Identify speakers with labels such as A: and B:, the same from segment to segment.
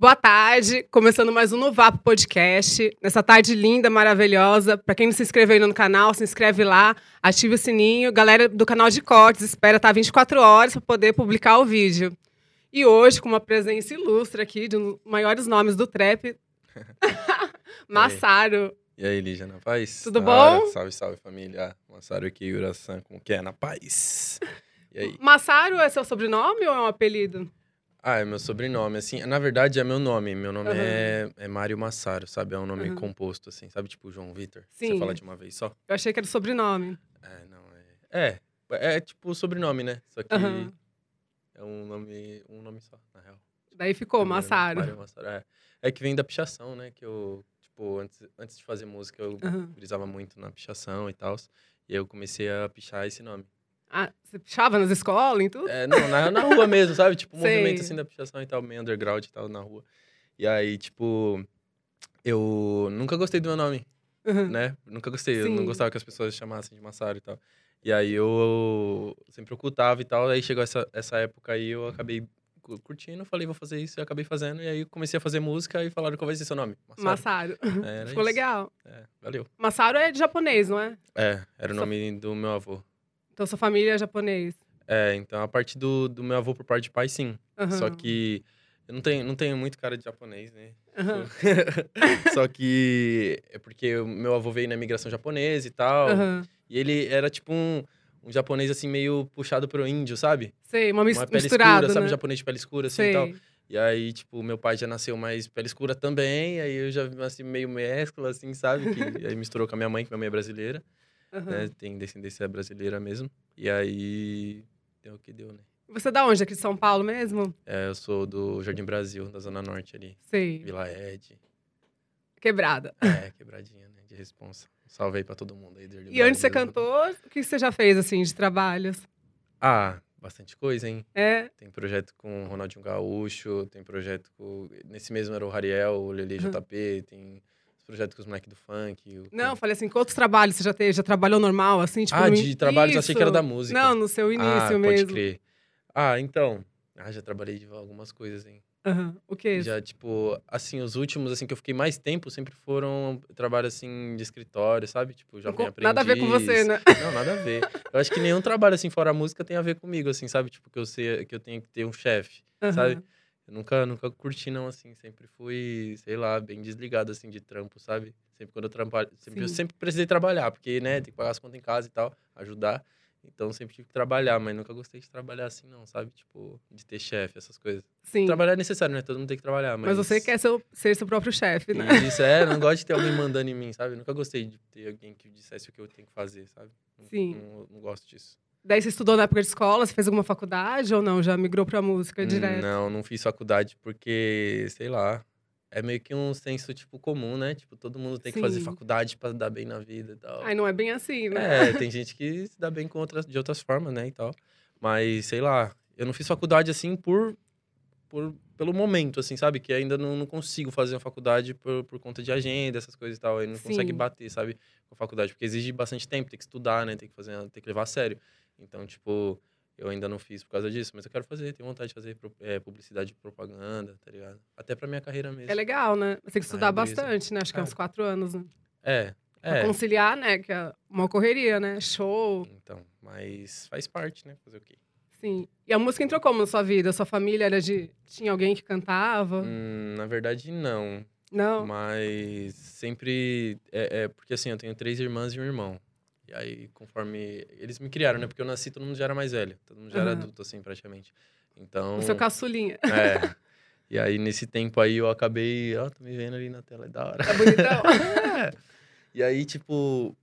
A: Boa tarde, começando mais um Novapo Podcast. Nessa tarde linda, maravilhosa. Para quem não se inscreveu ainda no canal, se inscreve lá, ativa o sininho. Galera do canal de cortes, espera tá estar 24 horas para poder publicar o vídeo. E hoje, com uma presença ilustre aqui de um dos maiores nomes do trap, Massaro.
B: E aí, Lígia, na paz?
A: Tudo
B: Na
A: bom?
B: hora? Salve, salve, família. Massário aqui, Yura-san, como que é? Na paz. E aí?
A: Massaro é seu sobrenome ou é um apelido?
B: Ah, é meu sobrenome, assim. Na verdade, é meu nome. Meu nome
A: Aham.
B: é, é Mário Massaro, sabe? É um nome
A: Aham.
B: composto, assim. Sabe, tipo, João Vitor?
A: Sim.
B: Você fala de uma vez só?
A: Eu achei que era sobrenome.
B: É, não, é... É, é tipo sobrenome, né? Só que
A: Aham.
B: é um nome, um nome só, na real.
A: Daí ficou,
B: Mário-
A: Massaro.
B: Mário Massaro, é. É que vem da pichação, né? Que eu, tipo, antes, antes de fazer música, eu
A: Aham.
B: brisava muito na pichação e tal. E aí eu comecei a pichar esse nome.
A: Ah, você puxava nas escolas e tudo?
B: É, não, na, na rua mesmo, sabe? Tipo, um
A: Sei.
B: movimento assim da pichação e tal, meio underground e tal, na rua. E aí, tipo, eu nunca gostei do meu nome,
A: Aham.
B: né? Nunca gostei, eu
A: Hum. Sim.
B: não gostava que as pessoas chamassem de Massaro e tal. E aí eu sempre ocultava e tal, aí chegou essa, essa época aí eu acabei cu- curtindo, falei, vou fazer isso, e acabei fazendo. E aí comecei a fazer música e falaram qual vai ser seu nome.
A: Massaro.
B: É, era
A: Ficou
B: isso.
A: legal.
B: É, valeu.
A: Massaro é de japonês, não é?
B: É, era o
A: Só-
B: nome do meu avô.
A: Então sua família é japonês.
B: É, então a parte do, do meu avô por parte de pai, sim.
A: Aham.
B: Só que eu não tenho, não tenho muito cara de japonês, né?
A: Aham.
B: Só que é porque o meu avô veio na imigração japonesa e tal.
A: Aham.
B: E ele era tipo um, um japonês assim meio puxado pro índio, sabe?
A: Sei, uma, mis
B: Uma pele
A: misturada,
B: escura, sabe?
A: né?
B: Japonês de pele escura assim
A: Sei.
B: e tal. E aí, tipo, meu pai já nasceu mais pele escura também. Aí eu já nasci meio mescla assim, sabe? Que, aí misturou com a minha mãe, que minha mãe é brasileira,
A: Aham.
B: né? Tem descendência brasileira mesmo. E aí deu o que deu, né?
A: Você é da onde? Aqui de São Paulo mesmo?
B: É, eu sou do Jardim Brasil, da Zona Norte ali.
A: Sei.
B: Vila Ed.
A: Quebrada.
B: É, quebradinha, né? De responsa. Salve aí pra todo mundo aí. Dirty
A: E antes você
B: Blinders.
A: cantou, o que você já fez, assim, de trabalhos?
B: Ah, bastante coisa, hein?
A: É?
B: Tem projeto com o Ronaldinho Gaúcho, tem projeto com... Nesse mesmo era o Rariel, o Lele
A: Aham.
B: JP, tem os projetos com os moleques do funk. o-
A: Não, eu falei assim, que outros trabalhos você já teve? Já trabalhou normal, assim? Tipo,
B: Ah,
A: no
B: de
A: in-
B: trabalhos, achei que era
A: Isso.
B: da música.
A: Não, no seu
B: ah,
A: início
B: pode
A: mesmo.
B: crer. Ah, então... Ah, já trabalhei de algumas coisas, hein?
A: Aham. O que?
B: Já, tipo, assim, os últimos, assim, que eu fiquei mais tempo sempre foram trabalho, assim, de escritório, sabe? Tipo, jovem aprendiz.
A: Nada a ver com você, né?
B: Não, nada a ver. Eu acho que nenhum trabalho, assim, fora a música tem a ver comigo, assim, sabe? Tipo, que eu, sei, que eu tenho que ter um chefe, sabe?
A: Aham.
B: Eu nunca, nunca curti, não, assim. Sempre fui, sei lá, bem desligado, assim, de trampo, sabe? Sempre quando eu trabalho... Sempre, eu
A: Sim.
B: sempre precisei trabalhar, porque, né, tem que pagar as contas em casa e tal, ajudar. Então, sempre tive que trabalhar, mas nunca gostei de trabalhar assim, não, sabe? Tipo, de ter chefe, essas coisas.
A: Sim.
B: Trabalhar é necessário, né? Todo mundo tem que trabalhar, mas...
A: Mas você quer seu- ser seu próprio chefe, né?
B: E Isso é, não gosto de ter alguém mandando em mim, sabe? Eu nunca gostei de ter alguém que dissesse o que eu tenho que fazer, sabe? Não-
A: Sim.
B: Não, não gosto disso.
A: Daí você estudou na época de escola, você fez alguma faculdade ou não? Já migrou pra
B: Hum,
A: música direto?
B: Não, não fiz faculdade porque, sei lá, é meio que um senso, tipo, comum, né? Tipo, todo mundo tem que fazer
A: Sim.
B: faculdade pra dar bem na vida e tal.
A: Ai, não é bem assim, né?
B: É, tem gente que se dá bem com outras, de outras formas, né, e tal. Mas, sei lá, eu não fiz faculdade, assim, por, por pelo momento, assim, sabe? Que ainda não, não consigo fazer a faculdade por, por conta de agenda, essas coisas e tal. Aí não consegue
A: Sim.
B: bater, sabe, com a faculdade. Porque exige bastante tempo, tem que estudar, né, tem que, fazer, tem que levar a sério. Então, tipo, eu ainda não fiz por causa disso, mas eu quero fazer, tenho vontade de fazer pro- é, publicidade e propaganda, tá ligado? Até pra minha carreira mesmo.
A: É legal, né? Você tem que estudar
B: Ai, Luísa.
A: bastante, né? Acho que é uns
B: É.
A: quatro anos, né?
B: É,
A: Pra
B: Ah, é.
A: conciliar, né? Que é uma correria, né? Show,
B: Então, mas faz parte, né? Fazer o quê?
A: sim. E a música entrou como na sua vida? Sua família era de... Tinha alguém que cantava?
B: Hum, na verdade, não.
A: Não?
B: Mas sempre. É, é porque assim, eu tenho três irmãs e um irmão. E aí, conforme. Eles me criaram, né? Porque eu nasci, todo mundo já era mais velho. Todo mundo já era
A: Aham.
B: adulto, assim, praticamente. Então.
A: O seu caçulinha.
B: É. E aí, nesse tempo aí, eu acabei. Ó, tô me vendo ali na tela, é da hora.
A: Tá bonitão?
B: E aí, tipo,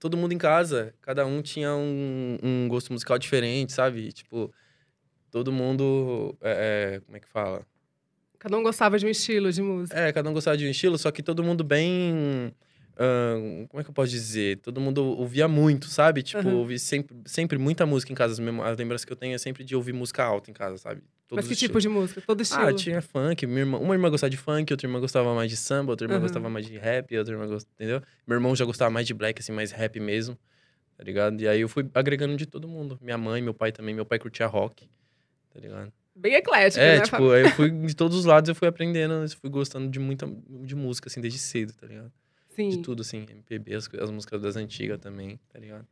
B: todo mundo em casa, cada um tinha um, um gosto musical diferente, sabe? E, tipo, todo mundo. é, é, como é que fala?
A: Cada um gostava de um estilo de música.
B: É, cada um gostava de um estilo, só que todo mundo bem. ahn, como é que eu posso dizer? Todo mundo ouvia muito, sabe? Tipo,
A: Aham.
B: ouvi sempre, sempre muita música em casa. mesmo. A lembrança que eu tenho é sempre de ouvir música alta em casa, sabe?
A: Mas que tipo de música? Todo estilo?
B: Ah, tinha funk. minha irmã- uma irmã gostava de funk, outra irmã gostava mais de samba, outra irmã
A: Aham.
B: gostava mais de rap, outra irmã gostava, entendeu? Meu irmão já gostava mais de black, assim, mais rap mesmo, tá ligado? E aí eu fui agregando de todo mundo. Minha mãe, meu pai também. Meu pai curtia rock, tá ligado?
A: Bem eclético,
B: É,
A: né?
B: tipo, eu fui de todos os lados, eu fui aprendendo, eu fui gostando de muita de música, assim, desde cedo, tá ligado?
A: Sim.
B: De tudo, assim, MPB, as, as músicas das antigas também, tá ligado?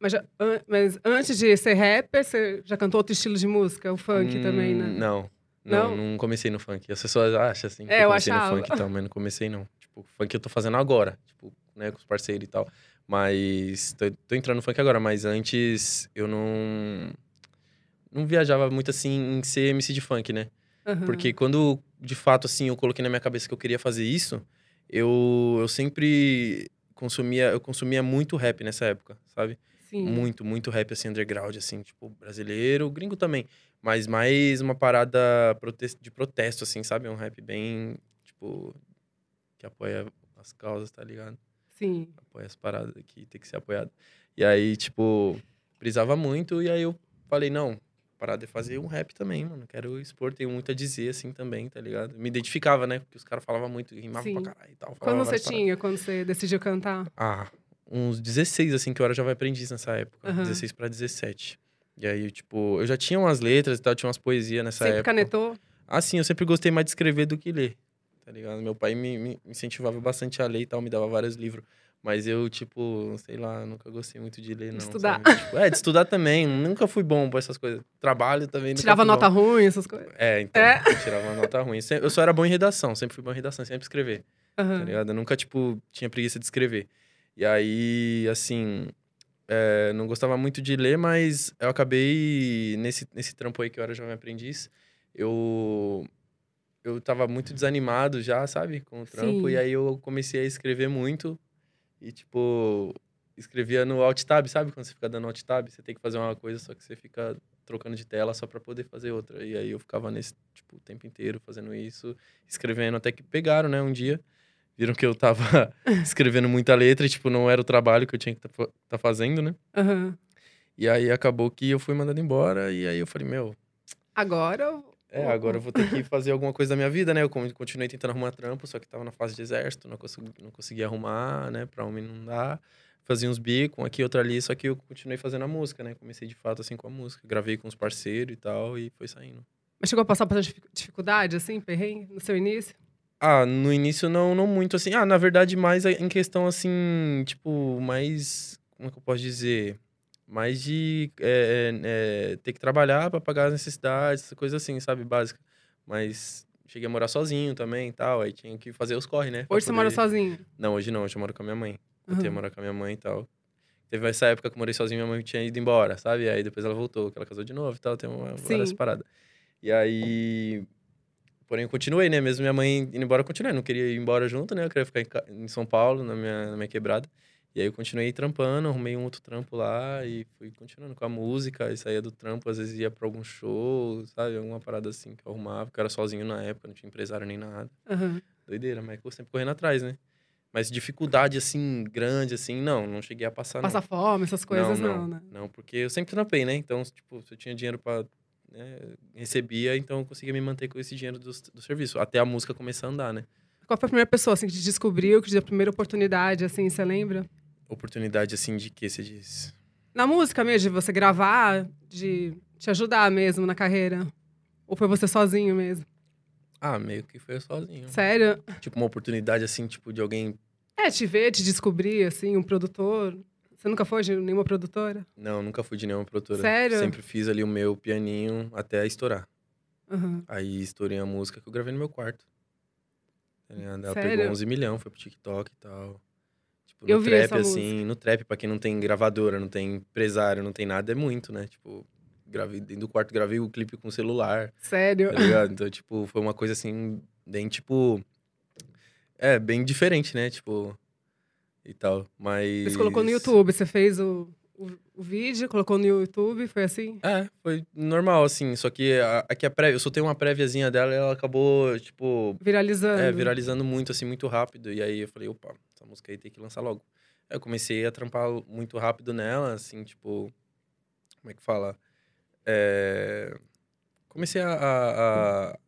A: Mas, já- an- mas antes de ser rapper, você já cantou outro estilo de música? O funk
B: Hum,
A: também, né?
B: Não. Não,
A: Não?
B: não comecei no funk. As pessoas acham assim que
A: É, eu
B: eu comecei
A: achava.
B: no funk e tal, mas não comecei não. Tipo, funk eu tô fazendo agora, tipo, né, com os parceiros e tal. Mas tô, tô entrando no funk agora, mas antes eu não não viajava muito assim em ser MC de funk, né?
A: Aham.
B: Porque quando, de fato, assim, eu coloquei na minha cabeça que eu queria fazer isso, eu, eu sempre consumia, eu consumia muito rap nessa época, sabe?
A: Sim.
B: Muito, muito rap, assim, underground, assim, tipo, brasileiro, gringo também. Mas mais uma parada protes- de protesto, assim, sabe? Um rap bem, tipo, que apoia as causas, tá ligado?
A: Sim.
B: apoia as paradas aqui, tem que ser apoiado. E aí, tipo, precisava muito, e aí eu falei, não, a parada é fazer um rap também, mano. Quero expor, tenho muito a dizer, assim, também, tá ligado? Me identificava, né? Porque os caras falavam muito, rimavam
A: Sim.
B: pra caralho e tal.
A: Quando
B: falavam
A: você
B: várias paradas.
A: tinha, quando você decidiu cantar?
B: Ah, uns 16, assim, que eu era jovem aprendiz nessa época.
A: Aham.
B: 16 pra 17. E aí, tipo, eu já tinha umas letras e tal, tinha umas poesias nessa
A: Sempre
B: época.
A: canetou?
B: Assim, eu sempre gostei mais de escrever do que ler, tá ligado? Meu pai me, me incentivava bastante a ler e tal, me dava vários livros. Mas eu, tipo, sei lá, nunca gostei muito de ler, não.
A: estudar.
B: sabe? Tipo, é, de estudar também. Nunca fui bom pra essas coisas. Trabalho também. nunca
A: Tirava
B: fui
A: nota
B: tá bom.
A: ruim, essas coisas?
B: É, então.
A: É.
B: Eu tirava nota ruim. Se- Eu só era bom em redação, sempre fui bom em redação, sempre escrever, tá
A: Aham.
B: ligado? Eu nunca, tipo, tinha preguiça de escrever. E aí, assim. é, não gostava muito de ler, mas eu acabei. Nesse, nesse trampo aí que eu era jovem aprendiz, eu eu tava muito desanimado já, sabe, com o trampo.
A: Sim.
B: E aí eu comecei a escrever muito. E, tipo, escrevia no alt tab, sabe? Quando você fica dando alt tab, você tem que fazer uma coisa, só que você fica trocando de tela só pra poder fazer outra. E aí eu ficava nesse, tipo, o tempo inteiro fazendo isso, escrevendo, até que pegaram, né, um dia. Viram que eu tava escrevendo muita letra e, tipo, não era o trabalho que eu tinha que tá, fa- tá fazendo, né?
A: Aham.
B: E aí acabou que eu fui mandado embora. E aí eu falei, meu,
A: Agora. eu-
B: é, agora eu vou ter que fazer alguma coisa da minha vida, né? Eu con- continuei tentando arrumar trampo, só que tava na fase de exército, não consegui, não consegui arrumar, né? Pra homem não dá. Fazia uns bicos, um aqui, outro ali, só que eu continuei fazendo a música, né? Comecei de fato assim com a música. Gravei com os parceiros e tal, e foi saindo.
A: Mas chegou a passar por essa dific- dificuldade, assim, perrengue, no seu início?
B: Ah, no início não, não muito assim. Ah, na verdade, mais a- em questão assim, tipo, mais. Como é que eu posso dizer? Mais de é, é, é, ter que trabalhar pra pagar as necessidades, essa coisa assim, sabe? Básica. Mas cheguei a morar sozinho também e tal. Aí tinha que fazer os corre, né? pra
A: Hoje você mora
B: poder-
A: sozinho?
B: Não, hoje não, hoje eu moro com a minha mãe. Eu
A: Aham.
B: tenho morar com a minha mãe e tal. Teve essa época que eu morei sozinho, minha mãe tinha ido embora, sabe? Aí depois ela voltou, que ela casou de novo e tal, tem uma, várias
A: Sim.
B: paradas. E aí. Porém, eu continuei, né? Mesmo minha mãe indo embora, eu continuei. Eu não queria ir embora junto, né? Eu queria ficar em, ca- em São Paulo, na minha, na minha quebrada. E aí eu continuei trampando, arrumei um outro trampo lá e fui continuando com a música. E saía do trampo, às vezes ia pra algum show, sabe? Alguma parada assim que eu arrumava, porque eu era sozinho na época, não tinha empresário nem nada.
A: Aham.
B: Doideira, mas eu sempre correndo atrás, né? Mas dificuldade, assim, grande, assim, não, não cheguei a passar,
A: Passar
B: não.
A: fome, essas coisas, não, né?
B: Não, porque eu sempre trampei, né? Então, tipo, se eu tinha dinheiro pra... Né, recebia, então eu conseguia me manter com esse dinheiro do, do serviço. Até a música começar a andar, né?
A: Qual foi a primeira pessoa, assim, que te descobriu, que te deu a primeira oportunidade, assim, você lembra?
B: Oportunidade, assim, de que você diz?
A: Na música mesmo, de você gravar, de te ajudar mesmo na carreira? Ou foi você sozinho mesmo?
B: Ah, meio que foi eu sozinho.
A: Sério?
B: Tipo, uma oportunidade, assim, tipo, de alguém
A: É, te ver, te descobrir, assim, um produtor. Você nunca foi de nenhuma produtora?
B: Não, nunca fui de nenhuma produtora.
A: Sério?
B: Sempre fiz ali o meu pianinho até estourar.
A: Aham.
B: Aí estourei a música que eu gravei no meu quarto. Tá ligado? Ela
A: Sério?
B: pegou 11 milhões, foi pro TikTok e tal. Tipo, no
A: Eu vi
B: trap,
A: essa
B: assim, no trap, pra quem não tem gravadora, não tem empresário, não tem nada, é muito, né? Tipo, gravei dentro do quarto, gravei o clipe com o celular,
A: Sério?
B: tá ligado? Então, tipo, foi uma coisa assim, bem, tipo. É, bem diferente, né? Tipo. E tal. Mas.
A: Você colocou no YouTube, você fez o, o, o vídeo, colocou no YouTube, foi assim?
B: É, foi normal, assim. Só que a- aqui a prévia, eu soltei uma préviazinha dela e ela acabou, tipo,
A: Viralizando.
B: é, viralizando muito, assim, muito rápido. E aí eu falei, opa, essa música aí tem que lançar logo. Aí eu comecei a trampar muito rápido nela, assim, tipo. Como é que fala? É, Comecei a, a- a-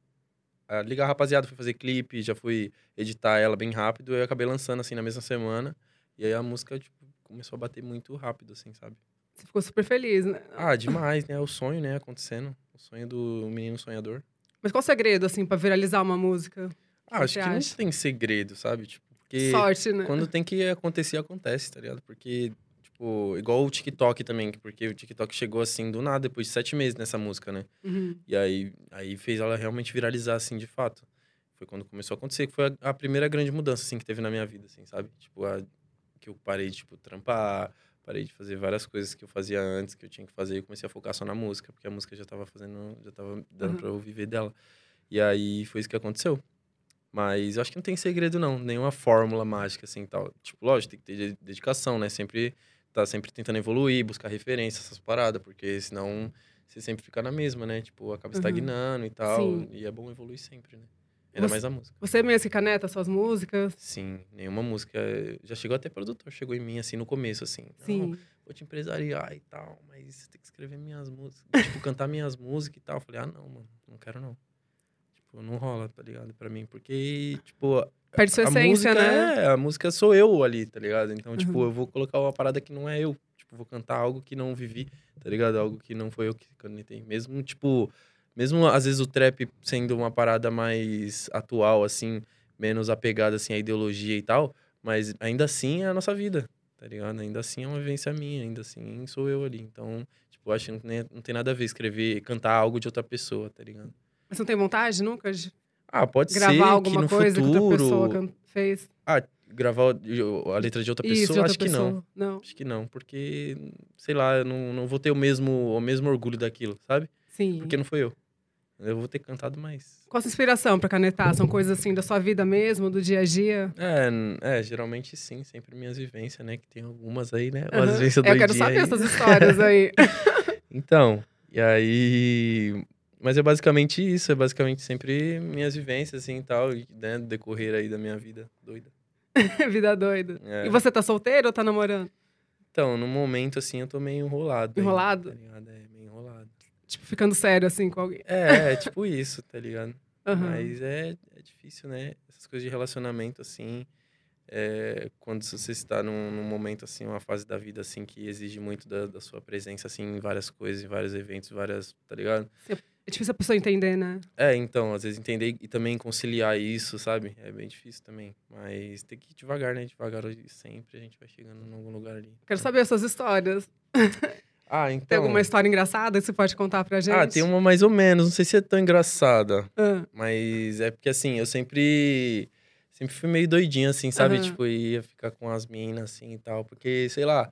B: a ligar a rapaziada, fui fazer clipe, já fui editar ela bem rápido. Eu acabei lançando, assim, na mesma semana. E aí a música, tipo, começou a bater muito rápido, assim, sabe?
A: Você ficou super feliz, né?
B: Ah, demais, né? O É sonho, né? Acontecendo. O sonho do menino sonhador.
A: Mas qual o segredo, assim, pra viralizar uma música?
B: Ah, acho
A: você
B: que não
A: acha?
B: tem segredo, sabe? Tipo, porque
A: Sorte, né?
B: quando tem que acontecer, acontece, tá ligado? Porque, tipo, igual o TikTok também, porque o TikTok chegou assim do nada, depois de sete meses nessa música, né?
A: Uhum.
B: E aí, aí fez ela realmente viralizar, assim, de fato. Foi quando começou a acontecer, que foi a, a primeira grande mudança, assim, que teve na minha vida, assim, sabe? Tipo, a- que eu parei de, tipo, trampar, parei de fazer várias coisas que eu fazia antes, que eu tinha que fazer, e comecei a focar só na música, porque a música já tava fazendo, já tava dando
A: Uhum.
B: pra eu viver dela. E aí, foi isso que aconteceu. Mas eu acho que não tem segredo, não. Nenhuma fórmula mágica, assim, tal. Tipo, lógico, tem que ter de- dedicação, né? Sempre, tá sempre tentando evoluir, buscar referência, essas paradas, porque senão você sempre fica na mesma, né? Tipo, acaba
A: Uhum.
B: estagnando e tal.
A: Sim.
B: E é bom evoluir sempre, né? Ainda
A: Você-
B: mais a música.
A: Você mesmo que caneta suas músicas?
B: Sim, nenhuma música. eh, Já chegou até produtor, chegou em mim, assim, no começo, assim. "Não,
A: Sim.
B: vou te empresariar e tal, mas você tem que escrever minhas músicas. tipo, cantar minhas músicas e tal. Eu falei, ah, não, mano, não quero não. Tipo, não rola, tá ligado? Pra mim. Porque, tipo,
A: Perde sua
B: a
A: essência,
B: música
A: né? Uhum.
B: é. A música sou eu ali, tá ligado? Então, tipo, eu vou colocar uma parada que não é eu. Tipo, vou cantar algo que não vivi, tá ligado? Algo que não foi eu que canetei. Mesmo, tipo. Mesmo às vezes o trap sendo uma parada mais atual, assim, menos apegada assim, à ideologia e tal, mas ainda assim é a nossa vida, tá ligado? Ainda assim é uma vivência minha, ainda assim sou eu ali. Então, tipo, acho que nem- não tem nada a ver escrever, cantar algo de outra pessoa, tá ligado?
A: Mas você não tem vontade nunca de
B: Ah, pode ser
A: gravar
B: que
A: alguma
B: no
A: coisa que outra
B: futuro
A: pessoa can- fez?
B: ah, gravar o- a letra de outra pessoa?
A: Isso, de outra
B: acho que não.
A: pessoa. Não.
B: Acho que não, porque, sei lá, eu não, não vou ter o mesmo, o mesmo orgulho daquilo, sabe?
A: Sim.
B: Porque não foi eu. Eu vou ter cantado mais.
A: Qual a sua inspiração pra canetar? São coisas assim da sua vida mesmo, do dia a dia?
B: É, n- é, geralmente sim, sempre minhas vivências, né? Que tem algumas aí, né?
A: Aham. É,
B: As vivências
A: Eu quero
B: doidinhas
A: saber
B: aí.
A: essas histórias aí.
B: Então, e aí. Mas é basicamente isso, é basicamente sempre minhas vivências, assim e tal, e, né? Decorrer aí da minha vida doida.
A: vida doida.
B: É.
A: E você tá solteiro ou tá namorando?
B: Então, no momento, assim, eu tô meio enrolado. ainda,
A: Enrolado?
B: tá ligado? É, meio enrolado.
A: Tipo, ficando sério assim com alguém.
B: É, é tipo isso, tá ligado?
A: Aham.
B: Mas é, é difícil, né? Essas coisas de relacionamento, assim. é, quando você está num, num momento, assim, uma fase da vida, assim, que exige muito da, da sua presença, assim, em várias coisas, em vários eventos, várias. Tá ligado?
A: É difícil a pessoa entender, né?
B: É, então, às vezes entender e também conciliar isso, sabe? É bem difícil também. Mas tem que ir devagar, né? Devagar e sempre a gente vai chegando em algum lugar ali.
A: Quero saber essas histórias.
B: Ah, então.
A: Tem alguma história engraçada que você pode contar pra gente?
B: Ah, tem uma mais ou menos. Não sei se é tão engraçada.
A: Ah,
B: Mas é porque assim, eu sempre. Sempre fui meio doidinho, assim, sabe?
A: Aham.
B: Tipo, ia ficar com as minas, assim e tal. Porque, sei lá,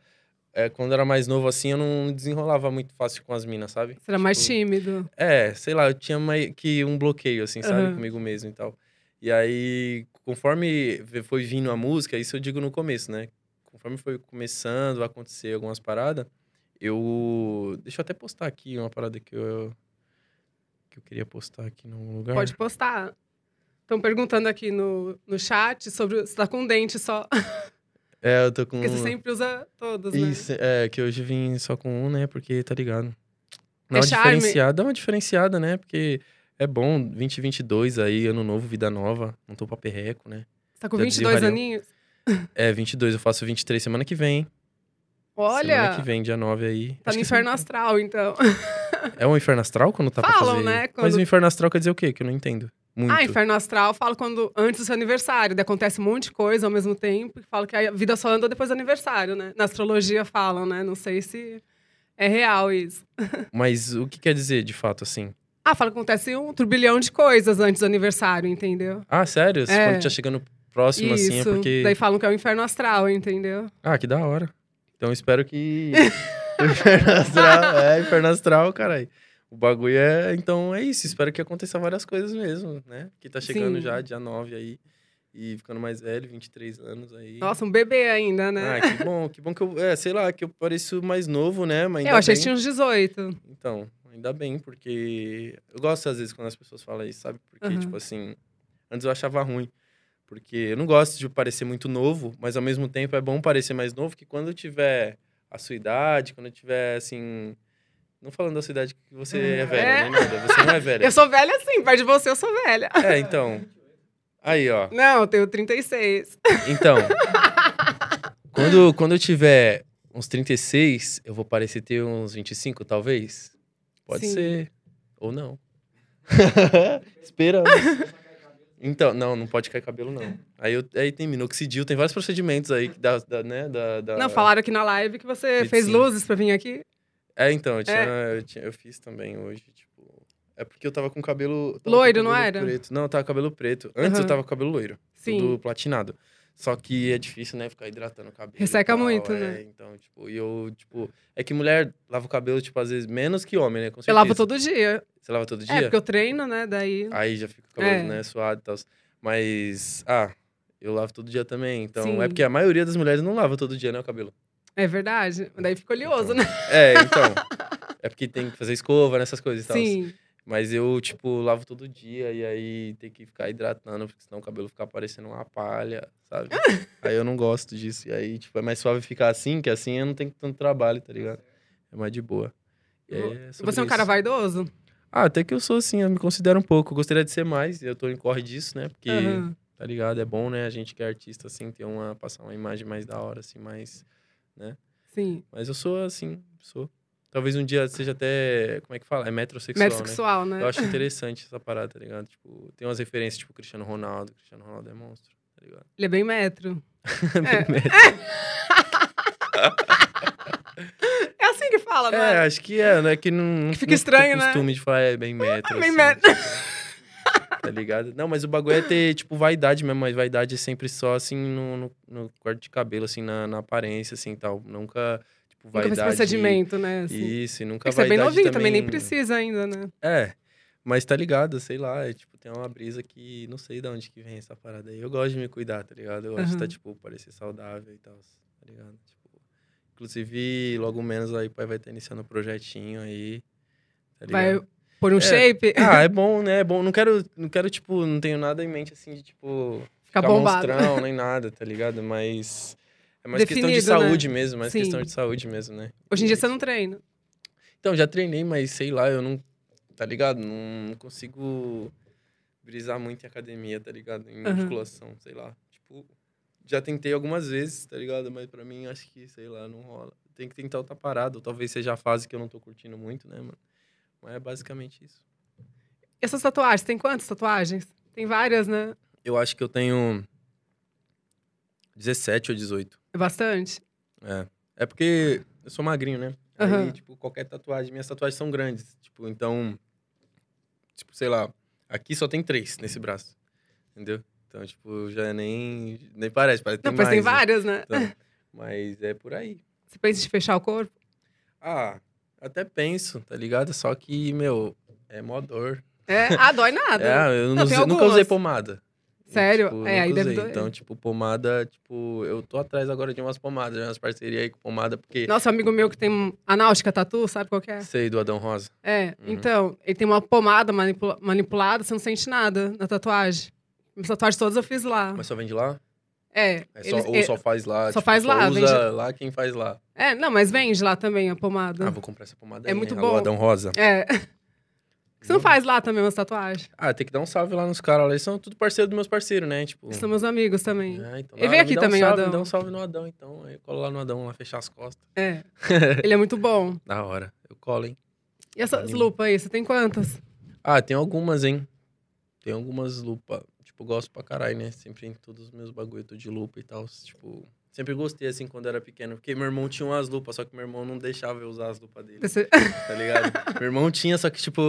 B: é, quando eu era mais novo, assim, eu não desenrolava muito fácil com as minas, sabe?
A: você era mais
B: Tipo,
A: tímido.
B: é, sei lá, eu tinha mai- que um bloqueio, assim, sabe?
A: Aham.
B: Comigo mesmo e tal. E aí, conforme ve- foi vindo a música, isso eu digo no começo, né? Conforme foi começando a acontecer algumas paradas, eu. Deixa eu até postar aqui uma parada que eu. que eu queria postar aqui em algum lugar.
A: Pode postar. Estão perguntando aqui no, no chat sobre se tá com um dente só.
B: É, eu tô com.
A: Porque você sempre usa todos, né?
B: Isso, é, que hoje eu vim só com um, né? Porque tá ligado. Dá
A: É
B: uma
A: charme.
B: diferenciada, dá uma diferenciada, né? Porque é bom, 2022 aí, ano novo, vida nova. Não tô pra perreco, né?
A: Você tá com
B: Já
A: 22
B: dizia o
A: aninhos?
B: É, 22, eu faço 23 semana que vem.
A: Olha!
B: Semana que vem, dia 9 aí.
A: Tá
B: Acho
A: no
B: que
A: inferno astral, então.
B: É um inferno astral quando tá pra
A: Falam,
B: fazer?
A: né,
B: Mas
A: quando-
B: o inferno astral quer dizer o quê? Que eu não entendo. Muito.
A: Ah, inferno astral fala quando antes do seu aniversário, daí acontece um monte de coisa ao mesmo tempo, e fala que a vida só anda depois do aniversário, né? Na astrologia falam, né? Não sei se é real isso.
B: Mas o que quer dizer, de fato, assim?
A: Ah, fala que acontece um turbilhão de coisas antes do aniversário, entendeu?
B: Ah, sério?
A: É.
B: Quando tá chegando próximo,
A: isso.
B: assim, é porque...
A: Daí falam que é o inferno astral, entendeu?
B: Ah, que da hora. Então espero que. Inferno Astral, é, Inferno Astral, caralho. O bagulho é. Então é isso. Espero que aconteça várias coisas mesmo, né? Que tá chegando
A: Sim.
B: já, dia 9 aí. E ficando mais velho, 23 anos aí.
A: Nossa, um bebê ainda, né?
B: Ah, que bom, que bom que eu. É, sei lá, que eu pareço mais novo, né? Mas
A: eu
B: ainda
A: achei que
B: bem.
A: tinha uns 18.
B: Então, ainda bem, porque eu gosto às vezes quando as pessoas falam isso, sabe? Porque,
A: Aham.
B: tipo assim, antes eu achava ruim. Porque eu não gosto de parecer muito novo, mas ao mesmo tempo é bom parecer mais novo, que quando eu tiver a sua idade, quando eu tiver, assim. Não falando da sua idade que você é,
A: É.
B: velho, nem nada, você não é velho.
A: Eu sou velha sim, perto de você eu sou velha.
B: É, então. Aí, ó.
A: Não, eu tenho 36.
B: Então. quando, quando eu tiver uns 36, eu vou parecer ter uns 25, talvez? Pode
A: Sim.
B: ser. Ou não. Esperamos. Então, não, não pode cair cabelo, não. Aí, eu, aí tem minoxidil, tem vários procedimentos aí que da, da, né, da, da-
A: Não, falaram aqui na live que você
B: Medicina.
A: fez luzes pra vir aqui.
B: É, então, eu, tinha, Eu, tinha- eu fiz também hoje, tipo... É porque eu tava com cabelo... tava com
A: Loiro, não
B: cabelo
A: era?
B: Preto. Não, eu tava com cabelo preto. Antes
A: Aham.
B: eu tava com cabelo loiro.
A: Sim.
B: tudo platinado. Só que é difícil, né, ficar hidratando o cabelo. e
A: Resseca
B: tal,
A: muito,
B: é,
A: né?
B: Então, tipo, e eu, tipo, é que mulher lava o cabelo, tipo, às vezes menos que homem, né? Com
A: Eu lavo
B: certeza.
A: todo dia.
B: Você lava todo dia?
A: É, porque eu treino, né? Daí.
B: Aí já fica o cabelo,
A: É.
B: né, suado e tal. Mas, ah, eu lavo todo dia também. Então,
A: Sim.
B: é porque a maioria das mulheres não lava todo dia, né, o cabelo.
A: É verdade. Daí fica oleoso,
B: Então,
A: né?
B: É, então. é porque tem que fazer escova, nessas coisas e tal.
A: Sim.
B: Mas eu, tipo, lavo todo dia e aí tem que ficar hidratando, porque senão o cabelo fica parecendo uma palha, sabe? aí eu não gosto disso. E aí, tipo, é mais suave ficar assim, que assim eu não tenho tanto trabalho, tá ligado? É mais de boa. E aí, sobre
A: Você é um cara
B: isso.
A: vaidoso?
B: Ah, até que eu sou assim, eu me considero um pouco. Eu gostaria de ser mais, eu tô em corre disso, né? Porque,
A: Aham.
B: tá ligado? É bom, né? A gente que é artista, assim, ter uma, passar uma imagem mais da hora, assim, mais.
A: Sim.
B: Mas eu sou assim, sou. Talvez um dia seja até. Como é que fala? É metrosexual, né?
A: Metrosexual, né?
B: Eu acho interessante essa parada, tá ligado? Tipo, tem umas referências, tipo, Cristiano Ronaldo. Cristiano Ronaldo é monstro, tá ligado?
A: Ele é bem metro. tá É assim que fala,
B: É,
A: né?
B: acho que é, né? Que não.
A: Que fica
B: não tem
A: estranho, né?
B: costume de falar, é bem metro.
A: Bem
B: assim,
A: metro.
B: tipo, tá ligado? Não, mas o bagulho é ter, tipo, vaidade mesmo. Mas vaidade é sempre só, assim, no, no, no corte de cabelo, assim, na, na aparência, assim, tal. Nunca, tipo,
A: Nunca
B: vaidade.
A: fez procedimento, né? Assim.
B: Isso, e nunca
A: É que você é bem
B: vaidade
A: novinho também, nem
B: também-
A: precisa ainda, né?
B: É. Mas tá ligado, sei lá, é tipo, tem uma brisa que não sei de onde que vem essa parada aí. Eu gosto de me cuidar, tá ligado? Eu gosto de tá,
A: Aham.
B: tipo, parecer saudável e tal, tá ligado? Tipo, inclusive, logo menos aí o pai vai estar iniciando um projetinho aí, tá
A: Vai
B: ligado?
A: pôr um
B: É.
A: shape,
B: Ah, é bom, né? É bom. Não quero, não quero, tipo, não tenho nada em mente assim de, tipo,
A: fica
B: ficar
A: bombado.
B: monstrão, nem nada, tá ligado? Mas é mais questão
A: Definido,
B: de
A: né?
B: saúde mesmo, mais
A: Sim.
B: questão de saúde mesmo, né?
A: Hoje em
B: E-
A: dia você não treina.
B: então, já treinei, mas sei lá, eu não. Tá ligado? Não consigo brisar muito em academia, tá ligado? Em
A: Aham.
B: musculação, sei lá. Tipo, já tentei algumas vezes, tá ligado? Mas pra mim, acho que, sei lá, não rola. Tem que tentar outra parada, ou talvez seja a fase que eu não tô curtindo muito, né, mano? Mas é basicamente isso.
A: E essas tatuagens, tem quantas tatuagens? Tem várias, né?
B: Eu acho que eu tenho 17 ou 18.
A: É bastante.
B: É. É porque eu sou magrinho, né?
A: Aham.
B: Aí, tipo, qualquer tatuagem. Minhas tatuagens são grandes. Tipo, então. Tipo, sei lá. Aqui só tem três nesse braço. Entendeu? Então, tipo, já nem. Nem parece. Parece que
A: Não,
B: tem
A: pois tem
B: mais, né?
A: várias, né?
B: Então, mas é por aí.
A: Você pensa em fechar o corpo?
B: Ah, até penso, tá ligado? Só que, meu, é mó dor.
A: É. Ah, dói nada.
B: É, eu
A: Não,
B: não
A: tem
B: usei- nunca usei
A: algumas.
B: pomada.
A: Sério?
B: Tipo,
A: É,
B: nunca
A: aí deve
B: usei.
A: doer.
B: Então, tipo, pomada, tipo, eu tô atrás agora de umas pomadas, umas parcerias aí com pomada, porque.
A: Nossa, um amigo meu que tem um- a náutica tatu, sabe qual que é?
B: Sei do Adão Rosa.
A: É,
B: Uhum.
A: então, ele tem uma pomada manipula- manipulada, você não sente nada na tatuagem. As tatuagens todas eu fiz lá.
B: Mas só vende lá?
A: É,
B: É
A: eles-
B: só, ou
A: é,
B: só faz lá. tipo,
A: só faz lá,
B: Usa
A: vende-
B: lá quem faz lá.
A: é, não, mas vende lá também a pomada.
B: Ah, vou comprar essa pomada
A: É
B: aí,
A: muito
B: né?
A: bom.
B: Alô, Adão Rosa.
A: É. Você
B: Hum.
A: não faz lá também umas tatuagens?
B: Ah, tem que dar um salve lá nos caras. lá. Eles são tudo parceiro dos meus parceiros, né? Tipo...
A: São meus amigos também.
B: Ah, então,
A: Ele
B: ah,
A: veio
B: me
A: aqui
B: dá
A: também,
B: um
A: o
B: salve, me
A: Adão.
B: Dá um salve no Adão, então. Aí eu colo lá no Adão, lá fechar as costas.
A: É. Ele é muito bom.
B: Da hora. Eu colo, hein?
A: E essas
B: Anima.
A: lupas aí, você tem quantas?
B: Ah, tem algumas, hein? Tem algumas lupa. Tipo, eu gosto pra caralho, né? Sempre em todos os meus bagulho, tô de lupa e tal. Tipo, sempre gostei, assim, quando era pequeno. Porque meu irmão tinha umas lupas, só que meu irmão não deixava eu usar as lupas dele.
A: Você-
B: tá ligado? Meu irmão tinha, só que, tipo,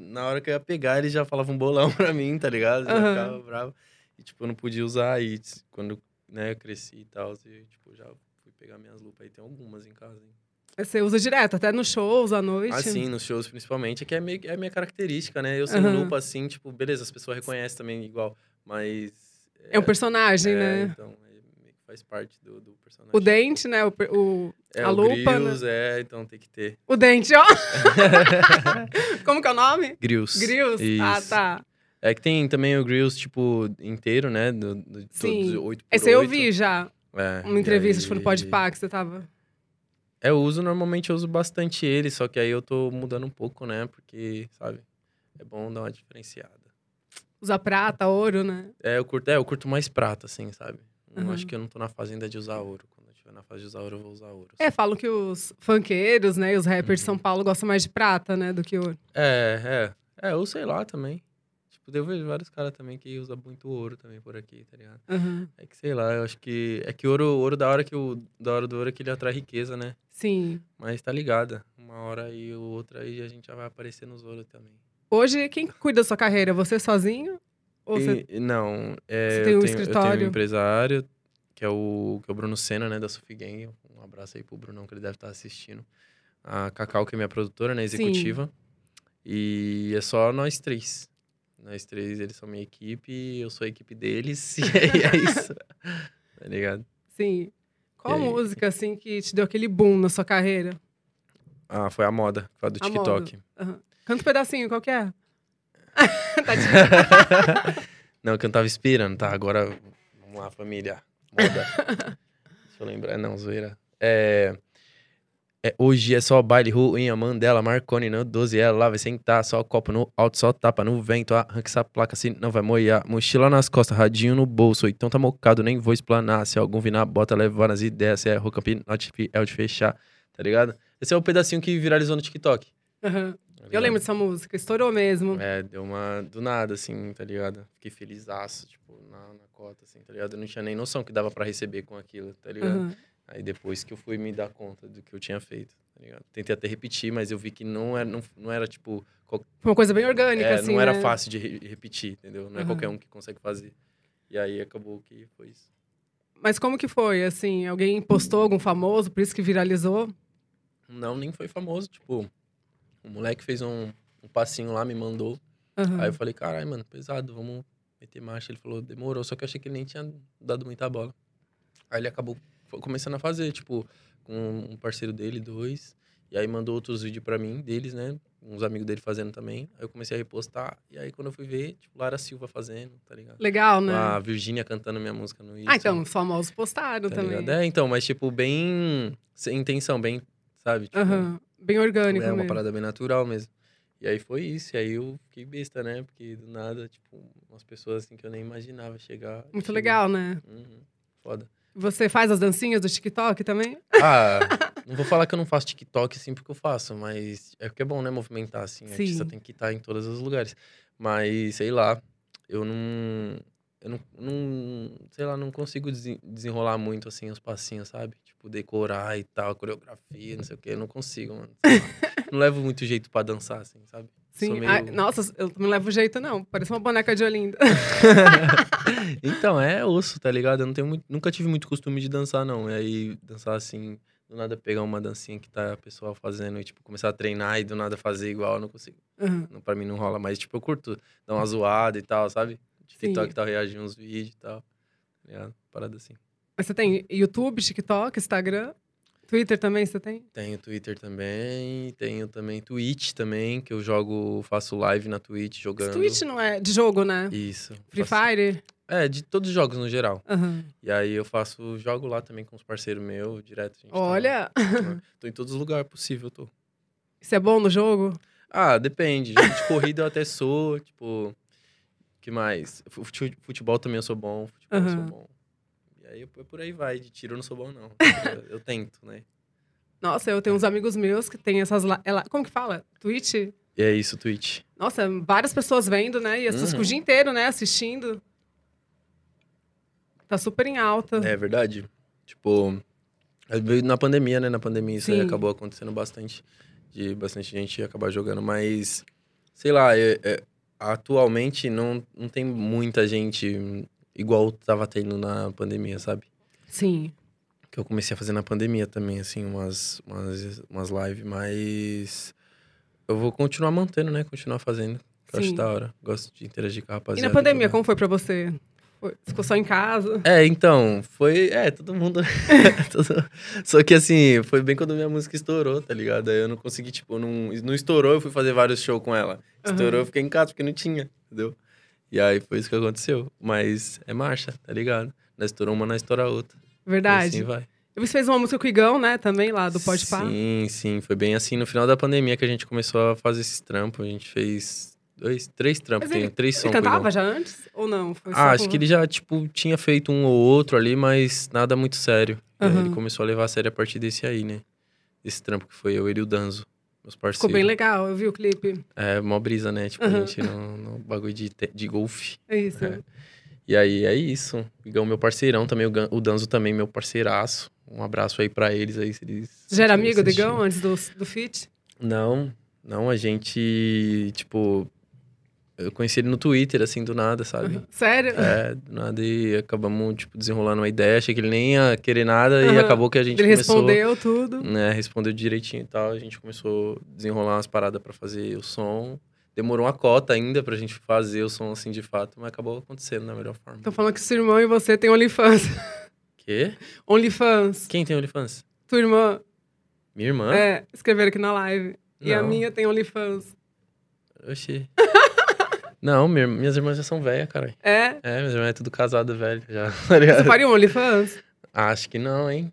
B: na hora que eu ia pegar, ele já falava um bolão pra mim, tá ligado? Já
A: Aham.
B: ficava bravo. E, tipo, eu não podia usar. E t- quando, né, eu cresci e tal, e, tipo, já fui pegar minhas lupas. Aí tem algumas em casa, hein?
A: Você usa direto, até nos shows à noite.
B: Assim, nos shows, principalmente, é que é, meio, que- é a minha característica, né? Eu sem
A: Aham.
B: lupa, assim, tipo, beleza, as pessoas reconhecem também igual, mas...
A: É um personagem,
B: é,
A: né?
B: então, é, meio que faz parte do, do personagem.
A: O dente, né? O, per- o,
B: é,
A: a
B: o
A: lupa, né?
B: Grills, é, então tem que ter.
A: o dente, ó. Como que é o nome?
B: Grills.
A: Grills? Ah,
B: Isso.
A: tá.
B: É que tem também o Grills, tipo, inteiro, né? Do, do, de
A: Sim.
B: todos, 8 por
A: Esse aí eu
B: 8.
A: vi já,
B: É,
A: uma
B: e
A: entrevista, acho que
B: aí-
A: foi no Podpah, que você tava...
B: É, eu uso, normalmente eu uso bastante ele, só que aí eu tô mudando um pouco, né? Porque, sabe, é bom dar uma diferenciada.
A: Usar prata, ouro, né?
B: É, eu curto, é, eu curto mais prata, assim, sabe? Eu
A: Aham.
B: acho que eu não tô na fase ainda de usar ouro. Quando eu estiver na fase de usar ouro, eu vou usar ouro. assim.
A: É,
B: Uhum.
A: falam que os funkeiros, né, e os rappers de São Paulo gostam mais de prata, né, do que ouro.
B: É, é. É, ou sei lá também. Tipo, eu vejo vários caras também que usam muito ouro também por aqui, tá ligado?
A: Aham.
B: É que sei lá, eu acho que. É que ouro, ouro da hora que o. Da hora do ouro é que ele atrai riqueza, né?
A: Sim.
B: Mas tá ligada. Uma hora e outra aí a gente já vai aparecer nos ouros também.
A: Hoje, quem cuida da sua carreira? Você sozinho? Ou você...
B: E- Não, é,
A: Você
B: eu,
A: tem um
B: tenho, eu tenho
A: escritório?
B: um empresário, que é o, que é o Bruno Senna, né, da Sufi Gang. Um abraço aí pro Brunão, que ele deve estar assistindo. A Cacau, que é minha produtora, né,
A: Sim.
B: executiva. E é só nós três. Nós três, eles são minha equipe, eu sou a equipe deles, e é, é isso. tá ligado?
A: Sim. Qual
B: E aí?
A: música, assim, que te deu aquele boom na sua carreira?
B: Ah, foi a moda, foi a do
A: A moda.
B: TikTok.
A: Aham. Canta um pedacinho, qual que é? tá de...
B: Não, que eu não tava inspirando, tá? Agora, vamos lá, família. Moda. Deixa eu lembrar. Não, zoeira. É... é, hoje é só baile, ruim, a Mandela, Marconi, não, 12, ela lá vai sentar, só copo no alto, só tapa no vento, arranca essa placa, se não vai moiar, mochila nas costas, radinho no bolso, então tá mocado, nem vou explanar, se algum vir na bota, levar nas ideias, se é rocampinote, é o de fechar, tá ligado? Esse é o pedacinho que viralizou no TikTok.
A: Aham.
B: tá
A: Eu
B: ligado?
A: lembro dessa música, estourou mesmo.
B: É, deu uma. Do nada, assim, tá ligado? Fiquei felizaço, tipo, na, na cota, assim, tá ligado? Eu não tinha nem noção que dava pra receber com aquilo, tá ligado?
A: Aham.
B: Aí depois que eu fui me dar conta do que eu tinha feito, tá ligado? Tentei até repetir, mas eu vi que não era, não, não era tipo. qual-
A: Foi uma coisa bem orgânica,
B: é,
A: assim,
B: não era
A: né? Uhum.
B: fácil de re- repetir, entendeu? Não é
A: Aham.
B: qualquer um que consegue fazer. E aí acabou que foi isso.
A: Mas como que foi, assim? Alguém postou algum famoso, por isso que viralizou?
B: Não, nem foi famoso, tipo. O moleque fez um, um passinho lá, me mandou.
A: Aham.
B: Aí eu falei, caralho, mano, pesado, vamos meter marcha. Ele falou, demorou, só que eu achei que ele nem tinha dado muita bola. Aí ele acabou fo- começando a fazer, tipo, com um parceiro dele, dois. E aí mandou outros vídeos pra mim, deles, né? Uns amigos dele fazendo também. Aí eu comecei a repostar. E aí quando eu fui ver, tipo, Lara Silva fazendo, tá ligado?
A: Legal, né?
B: A Virgínia cantando minha música no Insta.
A: ah, então, os famosos postaram
B: Ah, tá
A: também.
B: ligado? É, então, mas tipo, bem sem intenção, bem, sabe? Tipo,
A: Aham. Bem orgânico
B: é uma
A: mesmo.
B: parada bem natural mesmo. E aí foi isso, e aí eu fiquei besta, né? Porque do nada, tipo, umas pessoas assim que eu nem imaginava chegar.
A: Muito
B: chegou.
A: legal, né?
B: Uhum, foda.
A: Você faz as dancinhas do TikTok também?
B: Ah, não vou falar que eu não faço TikTok assim porque eu faço, mas é porque é bom, né? Movimentar assim. A artista
A: Sim.
B: tem que estar em todos os lugares. Mas, sei lá, eu não. Eu não, não- sei lá, não consigo desen- desenrolar muito assim os passinhos, sabe? Tipo, decorar e tal, coreografia, não sei o quê. Eu não consigo, mano. sei lá. não levo muito jeito pra dançar, assim, sabe? Sou
A: Sim.
B: meio-
A: Ah, nossa, eu não levo jeito, não. Parece uma boneca de Olinda.
B: então, é osso, tá ligado? Eu não tenho muito- nunca tive muito costume de dançar, não. E aí, dançar assim, do nada pegar uma dancinha que tá a pessoa fazendo e, tipo, começar a treinar e do nada fazer igual, eu não consigo.
A: Aham.
B: Não, pra mim não rola, mas, tipo, eu curto dar uma zoada e tal, sabe? TikTok e tal, reagir uns vídeos e tal. tá ligado? Parada assim.
A: Mas você tem YouTube, TikTok, Instagram? Twitter também você tem?
B: Tenho Twitter também, tenho também Twitch também, que eu jogo, faço live na Twitch jogando.
A: Esse Twitch não é de jogo, né?
B: Isso.
A: Free
B: Faço-
A: Fire?
B: É, de todos os jogos no geral.
A: Aham.
B: E aí eu faço, jogo lá também com os parceiros meus, direto. a gente tá-
A: Olha,
B: Tô- Tô em todos os lugares possível, eu tô.
A: isso é bom no jogo?
B: Ah, depende. Jogo de corrida eu até sou, tipo. que mais? Fu- fute- Futebol também eu sou bom, futebol eu sou
A: Aham.
B: bom. E aí eu- por aí vai, de tiro eu não sou bom, não. Eu, eu tento, né?
A: Nossa, eu tenho uns amigos meus que tem essas. la- ela- Como que fala? Twitch?
B: E é isso, Twitch.
A: Nossa, várias pessoas vendo, né? E essas
B: Uhum.
A: o dia inteiro, né? Assistindo. Tá super em alta.
B: É verdade. Tipo, às vezes na pandemia, né? Na pandemia isso aí
A: Sim.
B: acabou acontecendo bastante. De bastante gente acabar jogando, mas sei lá, é- é- atualmente não, não tem muita gente igual tava tendo na pandemia, sabe?
A: Sim.
B: que eu comecei a fazer na pandemia também, assim, umas, umas, umas lives, mas eu vou continuar mantendo, né? Continuar fazendo. Que tá eu acho
A: Sim.
B: da hora. Gosto de interagir com a
A: E
B: rapaziada.
A: na pandemia,
B: jogar.
A: como foi pra você? Foi- Ficou só em casa?
B: É, então, foi. É, todo mundo. todo- Só que assim, foi bem quando minha música estourou, tá ligado? Aí eu não consegui, tipo, não, não estourou, eu fui fazer vários shows com ela. Estourou,
A: Aham.
B: eu fiquei em casa, porque não tinha, entendeu? E aí foi isso que aconteceu. Mas é marcha, tá ligado? Nós estourou uma, nós estoura a outra. E
A: Verdade.
B: assim vai.
A: E Você fez uma música com o Igão, né? Também lá do Pode Pá.
B: Sim, sim. Foi bem assim, no final da pandemia que a gente começou a fazer esses trampos. A gente fez dois, três trampos,
A: Mas
B: tem
A: ele-
B: três
A: Você
B: sons.
A: cantava
B: Igão.
A: já antes? Ou não? Foi só
B: Ah, acho
A: com-
B: que ele já, tipo, tinha feito um ou outro ali, mas nada muito sério. É, E aí
A: Aham.
B: ele começou a levar a sério a partir desse aí, né? Esse trampo que foi eu, ele e o Danzo. meus parceiros.
A: Ficou bem legal, eu vi o clipe.
B: É, mó brisa, né? Tipo,
A: Aham.
B: a gente no, no bagulho de, te- de golfe.
A: É isso.
B: É. E aí é isso. O Igão, meu parceirão também, o, Gan- o Danzo também, meu parceiraço. Um abraço aí pra eles aí, se eles.
A: Você já era
B: se eles
A: amigo do
B: assistirem.
A: Igão antes do, do feat?
B: Não, não, a gente, tipo. Eu conheci ele no Twitter, assim, do nada,
A: Uhum.
B: sabe?
A: Sério?
B: É, do nada e acabamos, tipo, desenrolando uma ideia. Achei que ele nem ia querer nada e
A: Aham.
B: acabou que a gente
A: Uhum. Ele
B: começou.
A: respondeu tudo.
B: né, respondeu direitinho e tal. A gente começou a desenrolar umas paradas pra fazer o som. Demorou uma cota ainda pra gente fazer o som assim de fato, mas acabou acontecendo da melhor forma.
A: Estão falando que seu irmão e você tem OnlyFans.
B: Quê?
A: OnlyFans.
B: Quem tem OnlyFans?
A: Tua irmã.
B: Minha irmã?
A: É, escreveram aqui na live. E a
B: Não.
A: minha tem OnlyFans.
B: Oxi. Não, minha- minhas irmãs já são velhas, cara.
A: É?
B: É, minhas irmãs é tudo casado, velho, já. tá
A: Você faria um OnlyFans?
B: Acho que não, hein?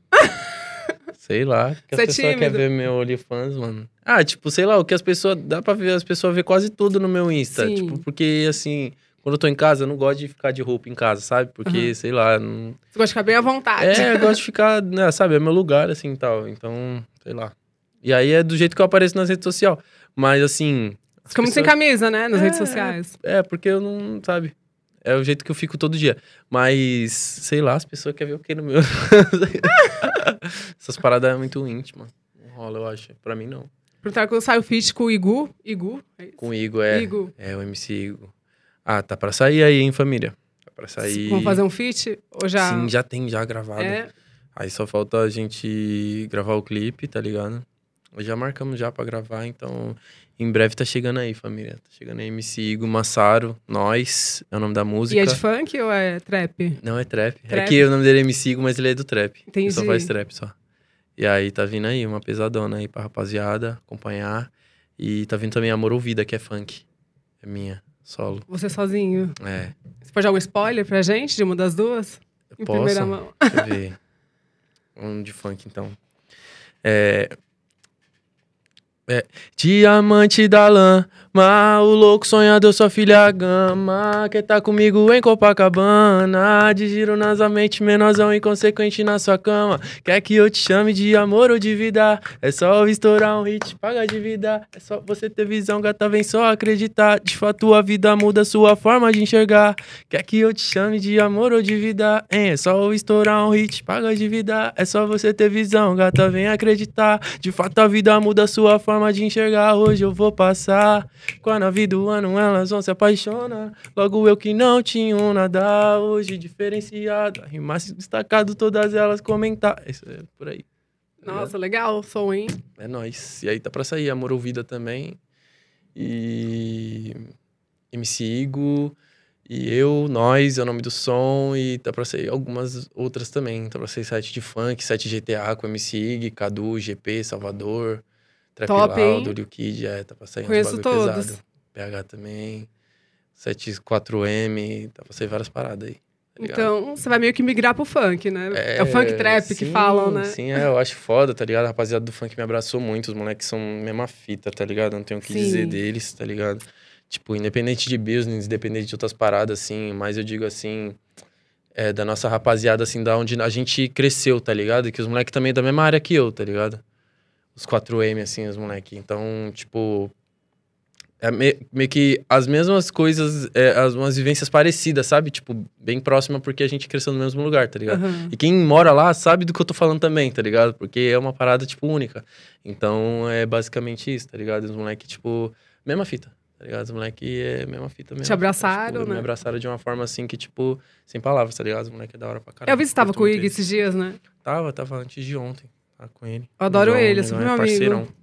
B: sei lá. Que as
A: Você é
B: pessoas querem
A: tímido?
B: ver meu OnlyFans, mano. Ah, tipo, sei lá, o que as pessoas. Dá pra ver, as pessoas ver quase tudo no meu Insta.
A: Sim.
B: Tipo, porque assim. Quando eu tô em casa, eu não gosto de ficar de roupa em casa, sabe? Porque, sei lá. Não...
A: Você gosta de ficar bem à vontade.
B: É, eu gosto de ficar, né, sabe? É meu lugar, assim tal. Então, sei lá. E aí é do jeito que eu apareço nas redes sociais. Mas, assim. as
A: Fica muito sem
B: pessoas-
A: camisa, né? Nas
B: É,
A: redes sociais.
B: É, porque eu não. Sabe? É o jeito que eu fico todo dia. Mas, sei lá, as pessoas querem ver o que no meu. Essas paradas é muito íntima. Não rola, eu acho. Pra mim, não.
A: Perguntaram quando sai o feat com o Igu. Igu? É isso?
B: Com o Igor é.
A: Igu.
B: É o MC Igor. Ah, tá pra sair aí, hein, família? Tá pra sair.
A: Vamos fazer um feat? Ou já?
B: Sim, já tem, já gravado.
A: É.
B: Aí só falta a gente gravar o clipe, tá ligado? Já marcamos já pra gravar, então em breve tá chegando aí, família. Tá chegando aí MC Igor, Massaro, Nós, é o nome da
A: E
B: música.
A: é de funk ou é trap?
B: Não, é trap. É
A: Trap.
B: que o nome dele é MC, mas ele é do trap. Ele só
A: Entendi.
B: faz trap, só. E aí tá vindo aí uma pesadona aí pra rapaziada acompanhar. E tá vindo também Amor Ouvida, que é funk. É minha, solo.
A: Você sozinho.
B: É.
A: Você pode dar algum spoiler pra gente de uma das duas?
B: Eu
A: Em
B: posso?
A: primeira mão.
B: Deixa eu ver. Um de funk, então. É... É. Diamante da lama, o louco sonhador, sua filha gama. Quer tá comigo em Copacabana? De giro nas a mente, menorzão inconsequente na sua cama. Quer que eu te chame de amor ou de vida? É só eu estourar um hit, paga de vida. É só você ter visão, gata, vem só acreditar. De fato, a vida muda sua forma de enxergar. Quer que eu te chame de amor ou de vida? Hein? É só eu estourar um hit, paga de vida. É só você ter visão, gata, vem acreditar. De fato, a vida muda sua forma de enxergar. Hoje eu vou passar. Com a nave do ano, elas vão se apaixonar. Logo eu que não tinha um nada. Hoje diferenciado. Rimar destacado, todas elas comentar. Isso é por aí.
A: Nossa, legal. Som, hein?
B: É nóis. E aí tá pra sair Amor Ouvida também. E. MC Igo. E eu, Nós, é o nome do som. E tá pra sair algumas outras também. Tá pra sair site de funk, site GTA com MC Ig, Cadu, GP, Salvador. Trap
A: Top, hein?
B: Laudo, Lil Kid. É, tá pra sair uns
A: Conheço
B: bagulho
A: todos.
B: pesado. PH também. 74M. Tá pra sair várias paradas aí. tá ligado?
A: Então, você vai meio que migrar pro funk, né? É, o funk trap que
B: sim,
A: falam, né?
B: Sim, é, eu acho foda, tá ligado? A rapaziada do funk me abraçou muito, os moleques são mesma fita, tá ligado? Não tenho o que
A: Sim.
B: dizer deles, tá ligado? Tipo, independente de business, independente de outras paradas, assim, mas eu digo assim, é, da nossa rapaziada, assim, da onde a gente cresceu, tá ligado? Que os moleques também é da mesma área que eu, tá ligado? Os 4M, assim, os moleques. Então, tipo. É me- meio que as mesmas coisas, é, as umas vivências parecidas, sabe? Tipo, bem próxima, porque a gente cresceu no mesmo lugar, tá ligado?
A: Aham.
B: E quem mora lá sabe do que eu tô falando também, tá ligado? Porque é uma parada, tipo, única. Então, é basicamente isso, tá ligado? Os moleques, tipo, mesma fita, tá ligado? Os moleques é mesma fita mesmo. tipo,
A: abraçaram, né?
B: Me abraçaram de uma forma, assim, que, tipo, sem palavras, tá ligado? Os moleques é da hora pra caralho.
A: Eu vi que você tava
B: Curto
A: com o
B: muito
A: Ig
B: eles.
A: esses dias, né?
B: Tava, tava antes de ontem. Tava com ele. né,
A: Eu adoro
B: Negão,
A: ele, é super
B: negão
A: meu amigo.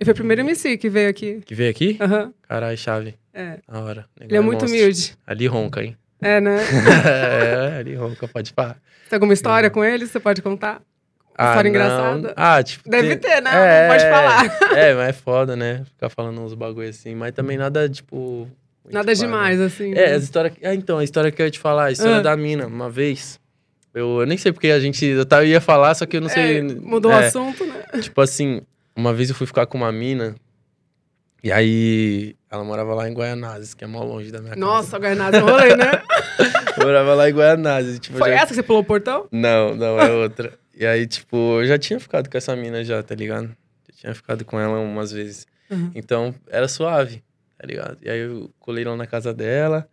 A: E foi o primeiro MC que veio aqui.
B: Que veio aqui?
A: Aham.
B: Caralho, chave.
A: É.
B: Na hora.
A: Ele
B: Negão
A: é muito
B: monstro.
A: humilde.
B: Ali ronca, hein?
A: É, né?
B: é, ali ronca, pode parar.
A: Tem alguma história com ele? Você pode contar? História engraçada.
B: Ah, tipo.
A: Deve
B: tem-
A: ter, né? Não pode falar.
B: É, mas é foda, né? Ficar falando uns bagulho assim. Mas também nada, tipo. muito
A: Nada
B: pá, né?
A: demais, assim.
B: É,
A: né?
B: as histórias. Ah, então, a história que eu ia te falar, a história
A: Ah.
B: da mina, uma vez. Eu, eu nem sei porque a gente. Eu tava, ia falar, só que eu não sei.
A: É, mudou o
B: é,
A: assunto, né?
B: Tipo assim, uma vez eu fui ficar com uma mina. E aí. Ela morava lá em Guaianazes, que é mó longe da minha
A: Nossa, agora nada rolê, né?
B: casa. Eu morava lá em Guaianazes. Tipo,
A: Foi
B: já-
A: essa que você pulou o portão?
B: Não, não, é outra. e aí, tipo, eu já tinha ficado com essa mina já, tá ligado? Já Tinha ficado com ela umas vezes.
A: Uhum.
B: Então, era suave, tá ligado? E aí eu colei lá na casa dela,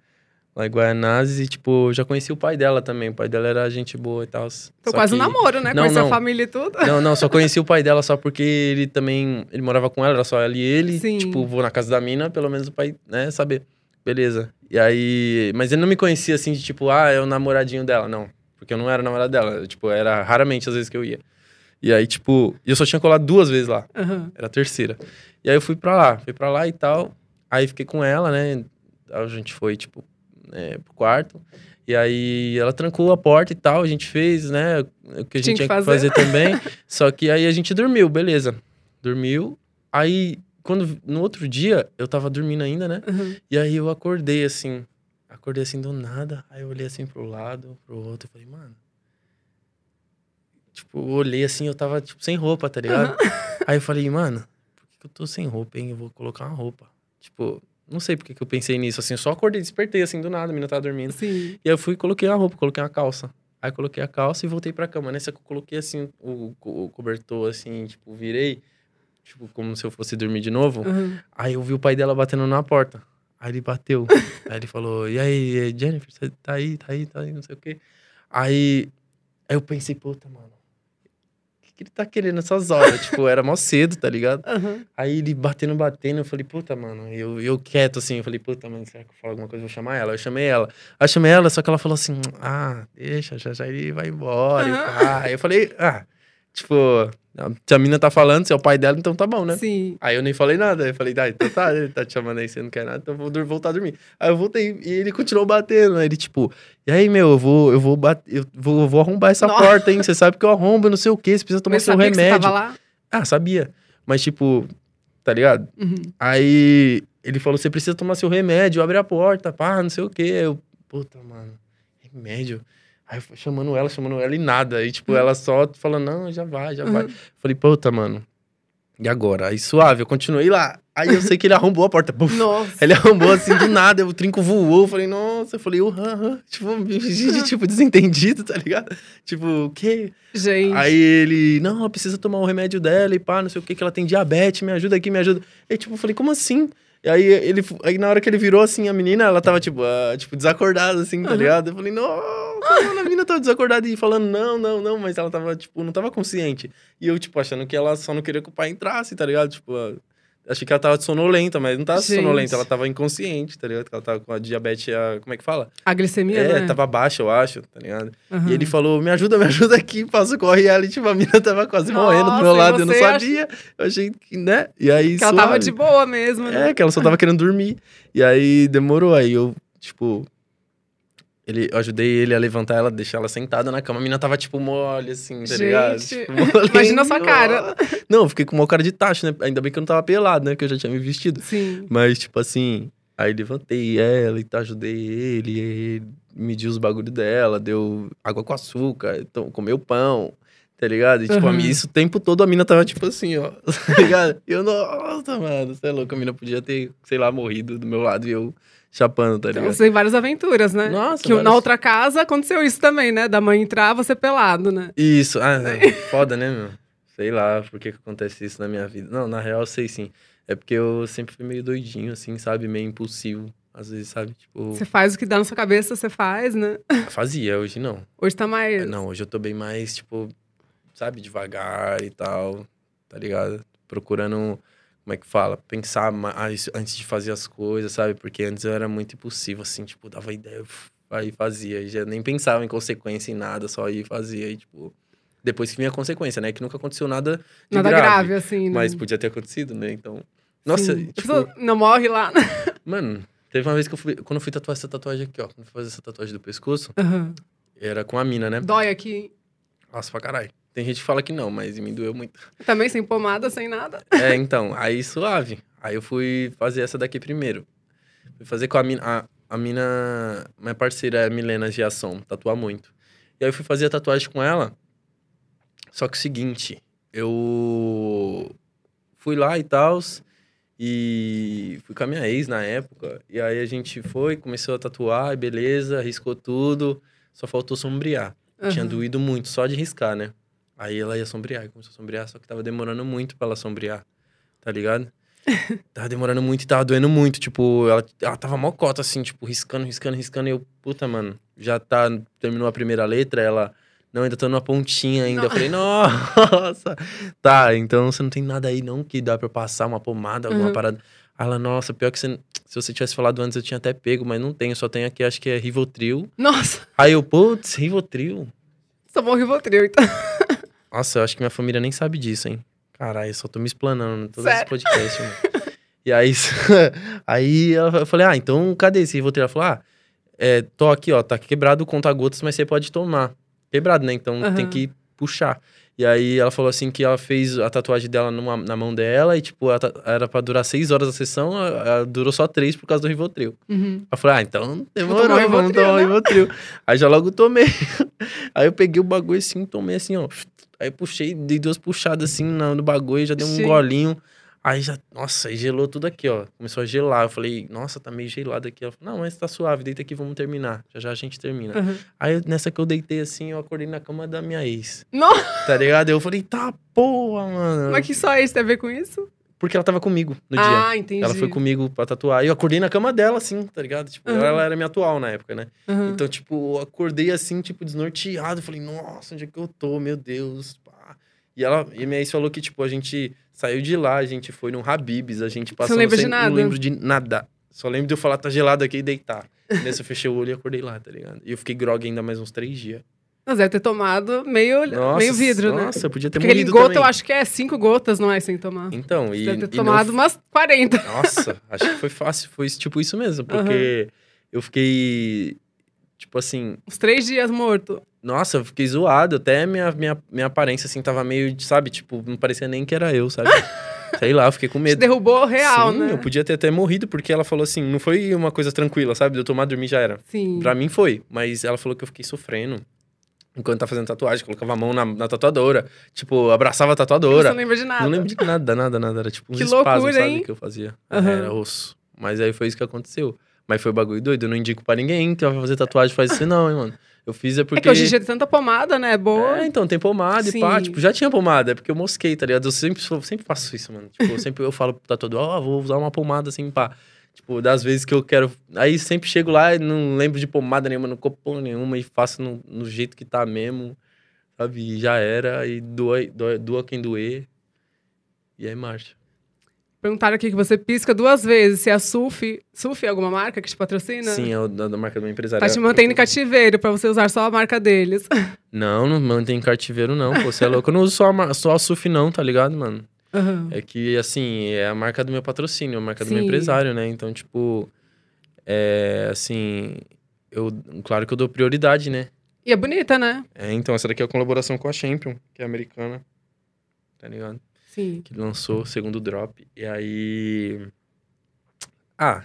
B: lá em Guaianazes, e, tipo, eu já conheci o pai dela também. O pai dela era gente boa e tal.
A: Tô quase um namoro, né?
B: Não,
A: Conhecer a
B: não.
A: família e tudo.
B: Não, não, só conheci o pai dela só porque ele também. Ele morava com ela, era só ela e ele.
A: Sim.
B: Tipo, vou na casa da mina, pelo menos o pai, né, saber. Beleza. E aí. Mas ele não me conhecia assim de tipo, ah, é o namoradinho dela, não. Porque eu não era namorado dela. eu, Tipo, era raramente as vezes que eu ia. E aí, tipo, eu só tinha colado duas vezes lá.
A: Aham.
B: Era a terceira. E aí eu fui pra lá, fui pra lá e tal. Aí fiquei com ela, né? A gente foi, tipo, né, pro quarto. E aí ela trancou a porta e tal. A gente fez, né? O que
A: Tinha
B: a
A: que
B: gente tinha que
A: fazer.
B: fazer, também. Só que aí a gente dormiu, beleza. Dormiu. Aí, quando no outro dia, eu tava dormindo ainda, né?
A: Aham.
B: E aí eu acordei assim. Acordei assim do nada. Aí eu olhei assim pro lado, pro outro. e Falei, mano. Tipo, eu olhei assim, eu tava tipo, sem roupa, tá ligado? Aí eu falei, mano, por que que eu tô sem roupa, hein? Eu vou colocar uma roupa. Tipo, não sei por que que eu pensei nisso. Assim, eu só acordei, despertei assim do nada, a menina tava dormindo.
A: Sim.
B: E aí eu fui e coloquei a roupa, coloquei uma calça. Aí coloquei a calça e voltei pra cama. Nessa que eu coloquei assim o, co- o cobertor, assim, tipo, virei, tipo, como se eu fosse dormir de novo.
A: Aham.
B: Aí eu vi o pai dela batendo na porta. Aí ele bateu. aí ele falou: E aí, eh, Jennifer, você tá aí, tá aí, tá aí, não sei o quê. Aí, aí eu pensei: Puta, mano, o que, que ele tá querendo nessas horas? tipo, era mó cedo, tá ligado?
A: Aham.
B: Aí ele batendo, batendo, eu falei, puta, mano, eu, eu quieto assim, eu falei, puta, mano, será que eu falo alguma coisa? Eu vou chamar ela. Eu chamei ela. Aí eu chamei ela, só que ela falou assim, ah, deixa, já já ele vai embora. e
A: Aham.
B: pá. Aí eu falei, ah, tipo, se a mina tá falando, se é o pai dela, então tá bom, né?
A: Sim.
B: Aí eu nem falei nada. Aí eu falei, ah, então tá, ele tá te chamando aí, você não quer nada, então eu vou dur- voltar a dormir. Aí eu voltei e ele continuou batendo. Aí ele, tipo, e aí, meu, eu vou, eu vou bater, eu vou, eu vou arrombar essa
A: Nossa.
B: porta, hein? Você sabe que eu arrombo, não sei o quê, você precisa tomar
A: Mas
B: seu
A: sabia que você
B: remédio.
A: tava lá?
B: Ah, sabia. Mas, tipo, tá ligado?
A: Uhum.
B: Aí ele falou: você precisa tomar seu remédio, abre a porta, pá, não sei o quê. Eu, puta, mano, remédio. Aí eu fui chamando ela, chamando ela e nada. Aí, tipo, ela só falando: não, já vai, já vai. Falei, puta, mano. E agora? Aí suave, eu continuei lá. Aí eu sei que ele arrombou a porta. Buf.
A: Nossa.
B: Ele arrombou assim do nada, o trinco voou. Eu falei, nossa, eu falei, uhum, uhum. Tipo, me fingi de, tipo, desentendido, tá ligado? Tipo, o quê?
A: Gente.
B: Aí ele, não, ela precisa tomar o remédio dela e pá, não sei o que, que ela tem diabetes, me ajuda aqui, me ajuda. Aí, tipo, eu falei, como assim? E aí, ele, aí na hora que ele virou, assim, a menina, ela tava, tipo, ah, tipo desacordada, assim, tá
A: Aham.
B: ligado? Eu falei, nossa, mano, a menina tava desacordada e falando, não, não, não, mas ela tava, tipo, não tava consciente. E eu, tipo, achando que ela só não queria que o pai entrasse, tá ligado? Tipo, ah, achei que ela tava sonolenta, mas não tava
A: Gente.
B: sonolenta, ela tava inconsciente, tá ligado? Ela tava com a diabetes, a- como é que fala?
A: A glicemia,
B: é,
A: né?
B: tava baixa, eu acho, tá ligado?
A: Aham.
B: E ele falou: me ajuda, me ajuda aqui, passa o corre. E ela, tipo, a mina tava quase
A: Nossa,
B: morrendo do meu
A: e
B: lado, eu não
A: você ach-
B: sabia. Eu achei que, né? E aí.
A: Que ela tava
B: suave.
A: de boa mesmo, né?
B: É, que ela só tava querendo dormir. E aí demorou. Aí eu, tipo. Ele, eu ajudei ele a levantar ela, deixar ela sentada na cama. A mina tava, tipo, mole, assim, tá
A: Gente,
B: ligado? Tipo, mole,
A: imagina a sua cara.
B: Não, eu fiquei com uma cara de tacho, né? Ainda bem que eu não tava pelado, né? Que eu já tinha me vestido.
A: Sim.
B: Mas, tipo assim, aí levantei ela e tá, ajudei ele, e ele mediu os bagulho dela, deu água com açúcar, então, comeu pão, tá ligado? E, tipo, a
A: Aham.
B: mi- isso o tempo todo a mina tava, tipo assim, ó, tá ligado? E eu, nossa, mano, você é louco, a mina podia ter, sei lá, morrido do meu lado e eu chapando, tá
A: Então,
B: ligado?
A: você tem várias aventuras, né?
B: Nossa,
A: que na
B: várias-
A: outra casa aconteceu isso também, né? Da mãe entrar, você pelado, né?
B: Isso, ah, foda, né, meu? Sei lá por que, que acontece isso na minha vida. Não, na real, eu sei sim. É porque eu sempre fui meio doidinho, assim, sabe? Meio impulsivo. Às vezes, sabe? Tipo,
A: Você faz o que dá na sua cabeça, você faz, né?
B: fazia, hoje não.
A: Hoje tá mais.
B: É, Não, hoje eu tô bem mais, tipo, sabe, devagar e tal, tá ligado? Procurando, como é que fala? Pensar mais antes de fazer as coisas, sabe? Porque antes eu era muito impulsivo, assim, tipo, dava ideia, uf, aí fazia. e Já nem pensava em consequência, em nada, só ia e fazia. E, tipo, depois que vinha a consequência, né? Que nunca aconteceu nada de
A: Nada grave,
B: grave.
A: assim, né?
B: Mas podia ter acontecido, né? Então, nossa,
A: Sim. A
B: tipo...
A: pessoa Não morre lá. né?
B: Mano, teve uma vez que eu fui... Quando eu fui tatuar essa tatuagem aqui, ó. Quando eu fui fazer essa tatuagem do pescoço,
A: Aham.
B: era com a mina, né?
A: Dói aqui.
B: Nossa, pra caralho. Tem gente que fala que não, mas me doeu muito.
A: Também sem pomada, sem nada.
B: É, então, aí suave. Aí eu fui fazer essa daqui primeiro. Fui fazer com a mina. A, a mina. Minha parceira, a Milena Giasson, tatua muito. E aí eu fui fazer a tatuagem com ela. Só que o seguinte, eu fui lá e tal. E fui com a minha ex na época. E aí a gente foi, começou a tatuar, e beleza, riscou tudo. Só faltou sombrear. Tinha
A: Aham.
B: doído muito, só de riscar, né? Aí ela ia sombrear, e começou a sombrear, só que tava demorando muito pra ela sombrear, tá ligado? tava demorando muito e tava doendo muito, tipo, ela, ela tava mocota, assim, tipo, riscando, riscando, riscando, e eu, puta, mano, já tá, terminou a primeira letra, ela, não, ainda tô numa pontinha ainda. Eu falei, nossa, tá, então você não tem nada aí não que dá pra eu passar uma pomada, alguma
A: Uhum.
B: parada. Aí ela, nossa, pior que você, se você tivesse falado antes eu tinha até pego, mas não tenho, só tenho aqui, acho que é Rivotril.
A: Nossa,
B: Aí eu, putz, Rivotril?
A: só bom Rivotril, então.
B: Nossa, eu acho que minha família nem sabe disso, hein? Caralho, eu só tô me explanando em todo esse
A: Sério?
B: podcast, mano. E aí, aí ela- eu falei, ah, então cadê esse Rivotril? Ela falou, ah, é, tô aqui, ó, tá quebrado o conta-gotas, mas você pode tomar. Quebrado, né? Então tem
A: Aham.
B: que puxar. E aí ela falou assim que ela fez a tatuagem dela numa- na mão dela e, tipo, a ta- era pra durar seis horas a sessão, a- a- durou só três por causa do Rivotril.
A: Uhum.
B: Eu falei, ah, então demorou,
A: tomar o
B: vamos
A: Rivotril,
B: tomar o
A: né?
B: Rivotril. Aí já logo tomei. Aí eu peguei o bagulho assim, tomei assim, ó. Aí puxei, dei duas puxadas assim na- no bagulho, já dei um
A: Sim.
B: golinho. Aí já, nossa, aí gelou tudo aqui, ó. Começou a gelar. Eu falei, nossa, tá meio gelado aqui. Ela falou, não, mas tá suave, deita aqui, vamos terminar. Já já a gente termina.
A: Uhum.
B: Aí nessa que eu deitei assim, eu acordei na cama da minha ex.
A: Nossa,
B: Tá ligado? Eu falei, tá porra, mano.
A: mas que só isso tem a ver com isso?
B: Porque ela tava comigo no dia.
A: ah, entendi.
B: Ela foi comigo pra tatuar. E eu acordei na cama dela, assim, tá ligado? Tipo,
A: Uhum.
B: ela era minha atual na época, né?
A: Uhum.
B: Então, tipo, eu acordei assim, tipo, desnorteado. Falei, nossa, onde é que eu tô? Meu Deus. pá. E ela, e minha ex falou que, tipo, a gente saiu de lá, a gente foi num Habibs, a gente passou.
A: lembra de nada?
B: Não lembro de nada. Só lembro de eu falar, tá gelado aqui e deitar. Nessa eu fechei o olho e acordei lá, tá ligado? E eu fiquei grog ainda mais uns três dias.
A: Mas deve ter tomado meio, meio vidro,
B: nossa,
A: né?
B: Nossa, eu podia ter
A: Porque aquele
B: morrido
A: gota eu
B: também.
A: acho que é cinco gotas, não é? Sem tomar.
B: Então, e,
A: deve ter
B: e não
A: tomado umas 40.
B: Nossa, acho que foi fácil. Foi tipo isso mesmo, porque eu fiquei. Tipo assim,
A: Uns três dias morto.
B: nossa, eu fiquei zoado. Até minha, minha, minha aparência, assim, tava meio, sabe? Tipo, não parecia nem que era eu, sabe? Sei lá, eu fiquei com
A: Te
B: medo.
A: derrubou real,
B: Sim,
A: né?
B: eu podia ter até morrido, porque ela falou assim, não foi uma coisa tranquila, sabe? De eu tomar, dormir, já era.
A: Sim.
B: Pra mim foi, mas ela falou que eu fiquei sofrendo. Enquanto tá fazendo tatuagem, colocava a mão na, na tatuadora. Tipo, abraçava a
A: Você
B: tatuadora.
A: não lembra de nada.
B: Não lembro de nada, nada, nada. Era tipo uns
A: Que
B: espasmos,
A: loucura,
B: sabe,
A: hein?
B: que eu fazia. É,
A: Aham.
B: Era osso. Mas aí foi isso que aconteceu. Mas foi bagulho doido. Eu não indico pra ninguém que vai fazer tatuagem faz isso não, hein, mano. Eu fiz é porque...
A: É que hoje em dia tem tanta pomada, né? Boa.
B: É, então, tem pomada e pá.
A: Sim.
B: Tipo, já tinha pomada. É porque eu mosquei, tá ligado? Eu sempre, sou- sempre faço isso, mano. Tipo, eu sempre eu falo pro tatuador, ó, vou usar uma pomada assim, pá. Tipo, das vezes que eu quero... Aí sempre chego lá e não lembro de pomada nenhuma, não compro nenhuma. E faço no, no jeito que tá mesmo. Sabe? E já era. E doa, doa, doa quem doer. E aí marcha.
A: Perguntaram aqui que você pisca duas vezes. Se é a Sufi. Sufi é alguma marca que te patrocina?
B: Sim, é o da, da marca do meu empresário.
A: Tá te mantendo em cativeiro pra você usar só a marca deles.
B: Não, não mantém em cativeiro, não. Pô, você é louco. Eu não uso só a, mar- só a Suf, não, tá ligado, mano?
A: Aham.
B: É que, assim, é a marca do meu patrocínio, a marca do meu
A: Sim.
B: empresário, né? Então, tipo, é, assim, eu, claro que eu dou prioridade, né?
A: E é bonita, né?
B: É, então, essa daqui é a colaboração com a Champion, que é americana, tá ligado?
A: Sim.
B: Que lançou o segundo drop. E aí... Ah,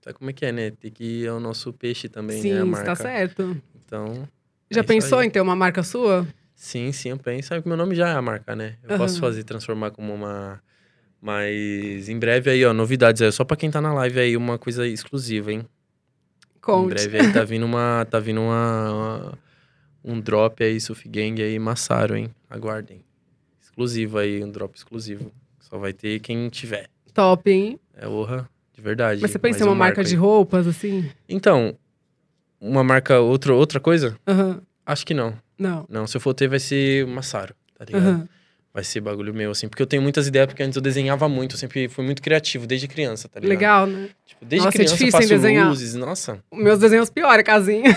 B: sabe como é que é, né? Tem que ir ao nosso peixe também, né? A
A: Sim, isso
B: marca.
A: tá certo.
B: Então... É
A: Já
B: isso
A: pensou
B: aí.
A: em ter uma marca sua?
B: Sim, sim, eu penso. Sabe que meu nome já é a marca, né? Eu posso
A: Aham.
B: fazer, transformar como uma. Mas em breve aí, ó, novidades aí. Só pra quem tá na live aí, uma coisa exclusiva, hein? Em
A: Conte.
B: breve aí tá vindo uma. Tá vindo uma. uma- um drop aí, Sufi Gang aí, Massaro, hein? Aguardem. Exclusivo aí, um drop exclusivo. Só vai ter quem tiver.
A: Top, hein?
B: É orra, de verdade.
A: Mas você pensa em
B: Mais
A: uma
B: um
A: marca
B: marco
A: de
B: aí.
A: roupas, assim?
B: Então, uma marca, outra, outra coisa?
A: Aham.
B: Acho que não.
A: Não.
B: Não, se eu for ter, vai ser Massaro, tá ligado?
A: Aham.
B: Vai ser bagulho meu, assim. Porque eu tenho muitas ideias, porque antes eu desenhava muito. Eu sempre fui muito criativo, desde criança, tá ligado?
A: Legal, né?
B: Tipo, desde
A: Nossa, é
B: criança eu
A: difícil, hein,
B: faço
A: desenhar.
B: luzes. Nossa.
A: Meus desenhos pior, é casinha.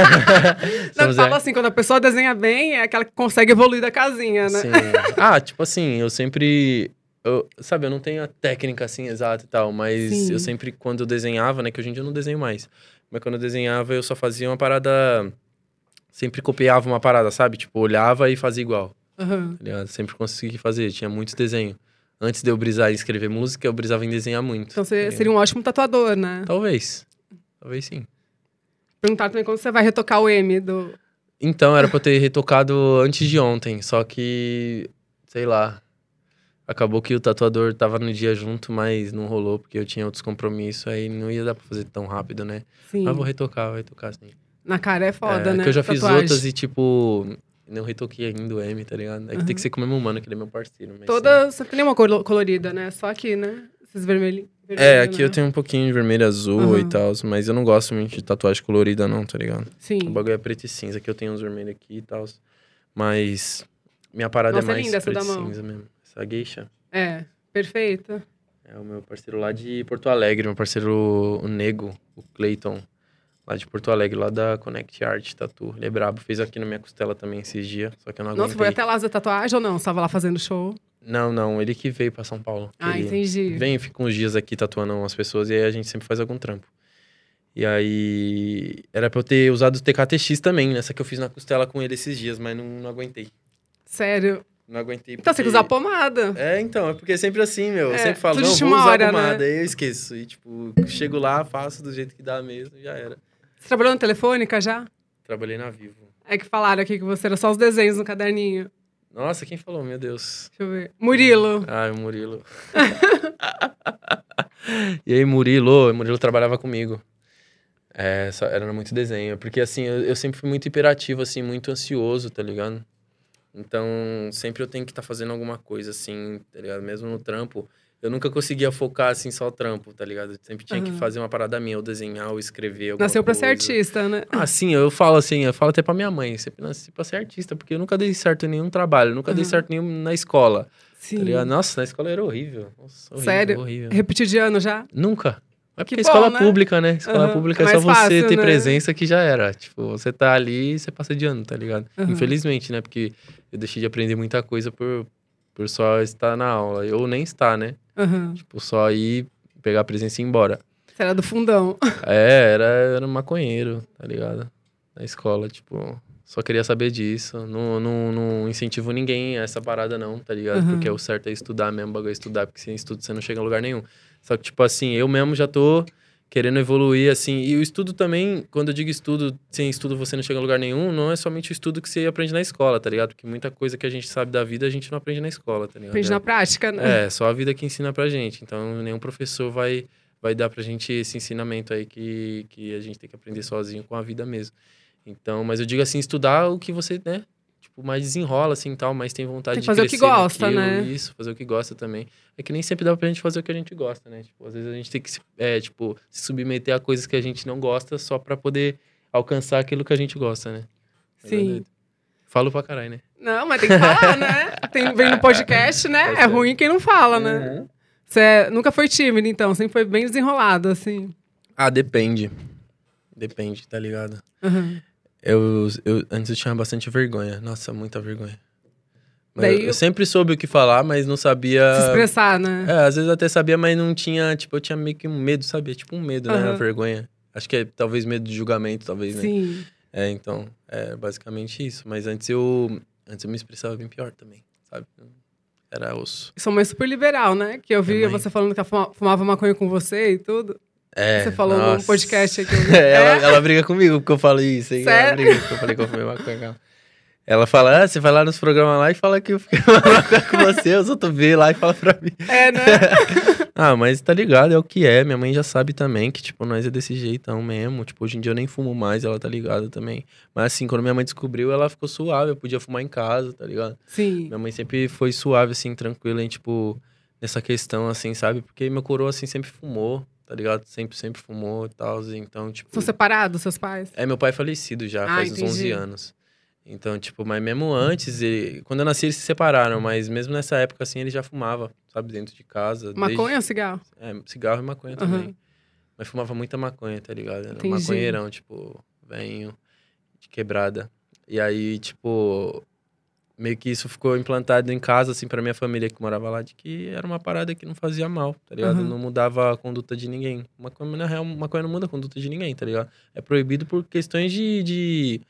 A: Não, eu
B: Vamos
A: falo assim, quando a pessoa desenha bem, é aquela que consegue evoluir da casinha, né?
B: Sim. Ah, tipo assim, eu sempre... Eu, sabe, eu não tenho a técnica, assim, exata e tal. Mas
A: Sim.
B: eu sempre, quando eu desenhava, né? Que hoje em dia eu não desenho mais. Mas quando eu desenhava, eu só fazia uma parada... Sempre copiava uma parada, sabe? Tipo, olhava e fazia igual.
A: Aham.
B: Tá ligado? Sempre consegui fazer. Tinha muitos desenhos. Antes de eu brisar em escrever música, eu brisava em desenhar muito.
A: Então
B: tá
A: você
B: ligado?
A: seria um ótimo tatuador, né?
B: Então Talvez. Talvez sim.
A: Perguntaram também quando você vai retocar o M do.
B: Então, era pra eu ter retocado antes de ontem, só que, sei lá. Acabou que o tatuador tava no dia junto, mas não rolou porque eu tinha outros compromissos, aí não ia dar pra fazer tão rápido, né?
A: Sim.
B: Mas vou retocar, vou retocar sim.
A: assim, Na cara é foda,
B: é,
A: né?
B: Que eu já fiz
A: Tatuagem.
B: outras e, tipo, Não retoquei ainda o M, tá ligado? É que tem que ser com o mesmo humano, que ele é meu parceiro. mas sim.
A: Toda. Só tem nenhuma colo- colorida, né? Só aqui, né? Esses vermelhinhos. né?
B: É, aqui eu tenho um pouquinho de vermelho e azul
A: Aham.
B: e tal, mas eu não gosto muito de tatuagem colorida, não, tá ligado?
A: Sim.
B: O bagulho é preto e cinza, aqui eu tenho uns vermelhos aqui e tal. Mas minha parada
A: Nossa,
B: é
A: é
B: mais
A: linda essa
B: preto
A: da
B: e
A: mão.
B: cinza mesmo. Essa geisha
A: É, perfeita.
B: é o meu parceiro lá de Porto Alegre, meu parceiro o Nego, o Clayton, lá de Porto Alegre, lá da Connect Art Tattoo. Ele é brabo, fez aqui na minha costela também esses dias, só que eu não aguentei.
A: Nossa, foi até lá fazer tatuagem ou não? Você tava lá fazendo show?
B: Não, não, ele que veio pra São Paulo.
A: Ah,
B: ele...
A: entendi.
B: Vem, fica uns dias aqui tatuando umas pessoas e aí a gente sempre faz algum trampo. E aí. Era pra eu ter usado o TKTX também, né? Essa que eu fiz na costela com ele esses dias, mas não, não aguentei.
A: Sério.
B: Não aguentei.
A: Então você tem que
B: porque-
A: usar pomada.
B: É, então, é porque é sempre assim, meu.
A: É,
B: eu sempre falo,
A: tudo
B: não,
A: de
B: vou
A: uma
B: usar
A: hora,
B: pomada.
A: né?
B: Aí eu esqueço. E, tipo, chego lá, faço do jeito que dá mesmo, já era.
A: Você trabalhou na telefônica já?
B: Trabalhei na Vivo.
A: É que falaram aqui que você era só os desenhos no caderninho.
B: Nossa, quem falou? Meu Deus.
A: Deixa eu ver. Murilo.
B: Ai, Murilo. e aí, Murilo, Murilo trabalhava comigo. É, só- era muito desenho. Porque, assim, eu, eu sempre fui muito hiperativo, assim, muito ansioso, tá ligado? Então, sempre eu tenho que estar fazendo alguma coisa, assim, tá ligado? Mesmo no trampo. Eu nunca conseguia focar, assim, só trampo, tá ligado? Eu sempre tinha que
A: Aham.
B: fazer uma parada minha, ou desenhar, ou escrever alguma
A: Uhum. Nasceu pra ser
B: coisa.
A: artista, né?
B: Ah, sim, eu falo assim, eu falo até pra minha mãe, sempre nasci pra ser artista, porque eu nunca dei certo em nenhum trabalho, nunca dei
A: Aham.
B: certo nenhum na escola.
A: Sim.
B: Tá ligado? Nossa, na escola era horrível. Nossa, horrível,
A: Sério?
B: horrível.
A: Repetir de ano já?
B: Nunca. É porque
A: bom,
B: escola
A: né?
B: pública, né? Escola
A: Aham,
B: pública
A: é
B: é só
A: mais
B: você
A: fácil,
B: ter
A: né?
B: presença que já era. Tipo, você tá ali e você passa de ano, tá ligado?
A: Aham.
B: Infelizmente, né? Porque eu deixei de aprender muita coisa por, por só estar na aula. Ou nem estar, né?
A: Aham.
B: Tipo, só ir, pegar a presença e ir embora.
A: Você era do fundão.
B: É, era, era maconheiro, tá ligado? Na escola, tipo, só queria saber disso. Não, não, não incentivo ninguém a essa parada, não, tá ligado?
A: Aham.
B: Porque o certo é estudar mesmo, o bagulho é estudar, porque sem estudo você não chega a lugar nenhum. Só que, tipo assim, eu mesmo já tô querendo evoluir, assim. E o estudo também, quando eu digo estudo, sem estudo você não chega a lugar nenhum, não é somente o estudo que você aprende na escola, tá ligado? Porque muita coisa que a gente sabe da vida a gente não aprende na escola, tá ligado?
A: Aprendi na prática, né?
B: É, só a vida que ensina pra gente. Então, nenhum professor vai, vai dar pra gente esse ensinamento aí que, que a gente tem que aprender sozinho com a vida mesmo. Então, mas eu digo assim, estudar o que você, né? Tipo, mais desenrola, assim, tal, mas tem vontade
A: Tem que
B: de
A: fazer o que
B: crescer
A: gosta,
B: naquilo,
A: né?
B: Isso, fazer o que gosta também. É que nem sempre dá pra gente fazer o que a gente gosta, né? Tipo, às vezes a gente tem que, se- é, tipo, se submeter a coisas que a gente não gosta só pra poder alcançar aquilo que a gente gosta, né? Mas é
A: Sim.
B: doido. Falo pra caralho, né?
A: Não, mas tem que falar, né? Tem, vem no podcast, né?
B: Tá
A: É
B: certo.
A: ruim quem não fala, né?
B: Uhum.
A: Você é- nunca foi tímido, então. Sempre foi bem desenrolado, assim.
B: Ah, depende. Depende, tá ligado?
A: Aham.
B: Eu, eu- antes eu tinha bastante vergonha. Nossa, muita vergonha. Mas
A: Daí
B: eu,
A: eu-
B: eu sempre soube o que falar, mas não sabia.
A: Se expressar, né?
B: É, às vezes eu até sabia, mas não tinha. Tipo, eu tinha meio que um medo, sabia? Tipo, um medo, né?
A: Aham.
B: A vergonha. Acho que é talvez medo de julgamento, talvez, né?
A: Sim.
B: É, então, é basicamente isso. Mas antes eu. Antes eu me expressava bem pior também, sabe? Era osso.
A: Sua mãe é super liberal, né? Que eu vi
B: Minha mãe.
A: você falando que ela fuma- fumava maconha com você e tudo.
B: É,
A: você falou num
B: nossa.
A: podcast aqui. né?
B: É, ela, ela briga comigo porque eu falo isso, hein? Ela
A: Sério?
B: briga porque eu falei que eu fumei maconha com ela. Ela fala, ah, você vai lá nos programas lá e fala que eu fiquei fumando maconha com você, os outros vê lá e fala pra mim.
A: É, né?
B: Ah, mas tá ligado, é o que é. Minha mãe já sabe também que, tipo, nós é desse jeitão mesmo. Tipo, hoje em dia eu nem fumo mais, ela tá ligada também. Mas assim, quando minha mãe descobriu, ela ficou suave, eu podia fumar em casa, tá ligado?
A: Sim.
B: Minha mãe sempre foi suave, assim, tranquila, em, tipo, nessa questão, assim, sabe? Porque meu coroa, assim, sempre fumou, tá ligado? Sempre, sempre fumou e tal. Então, tipo.
A: São separados, seus pais?
B: É, meu pai é falecido já,
A: Ah,
B: faz uns
A: entendi.
B: 11 anos. Então, tipo, mas mesmo antes, ele- quando eu nasci, eles se separaram, mas mesmo nessa época, assim, ele já fumava, sabe, dentro de casa. desde-
A: Maconha ou cigarro?
B: É, cigarro e maconha
A: Aham.
B: também. Mas fumava muita maconha, tá ligado? Era
A: Entendi.
B: um maconheirão, tipo, venho de quebrada. E aí, tipo, meio que isso ficou implantado em casa, assim, pra minha família que morava lá, de que era uma parada que não fazia mal, tá ligado?
A: Aham.
B: Não mudava a conduta de ninguém. Maconha, na real, maconha não muda a conduta de ninguém, tá ligado? É proibido por questões de. de-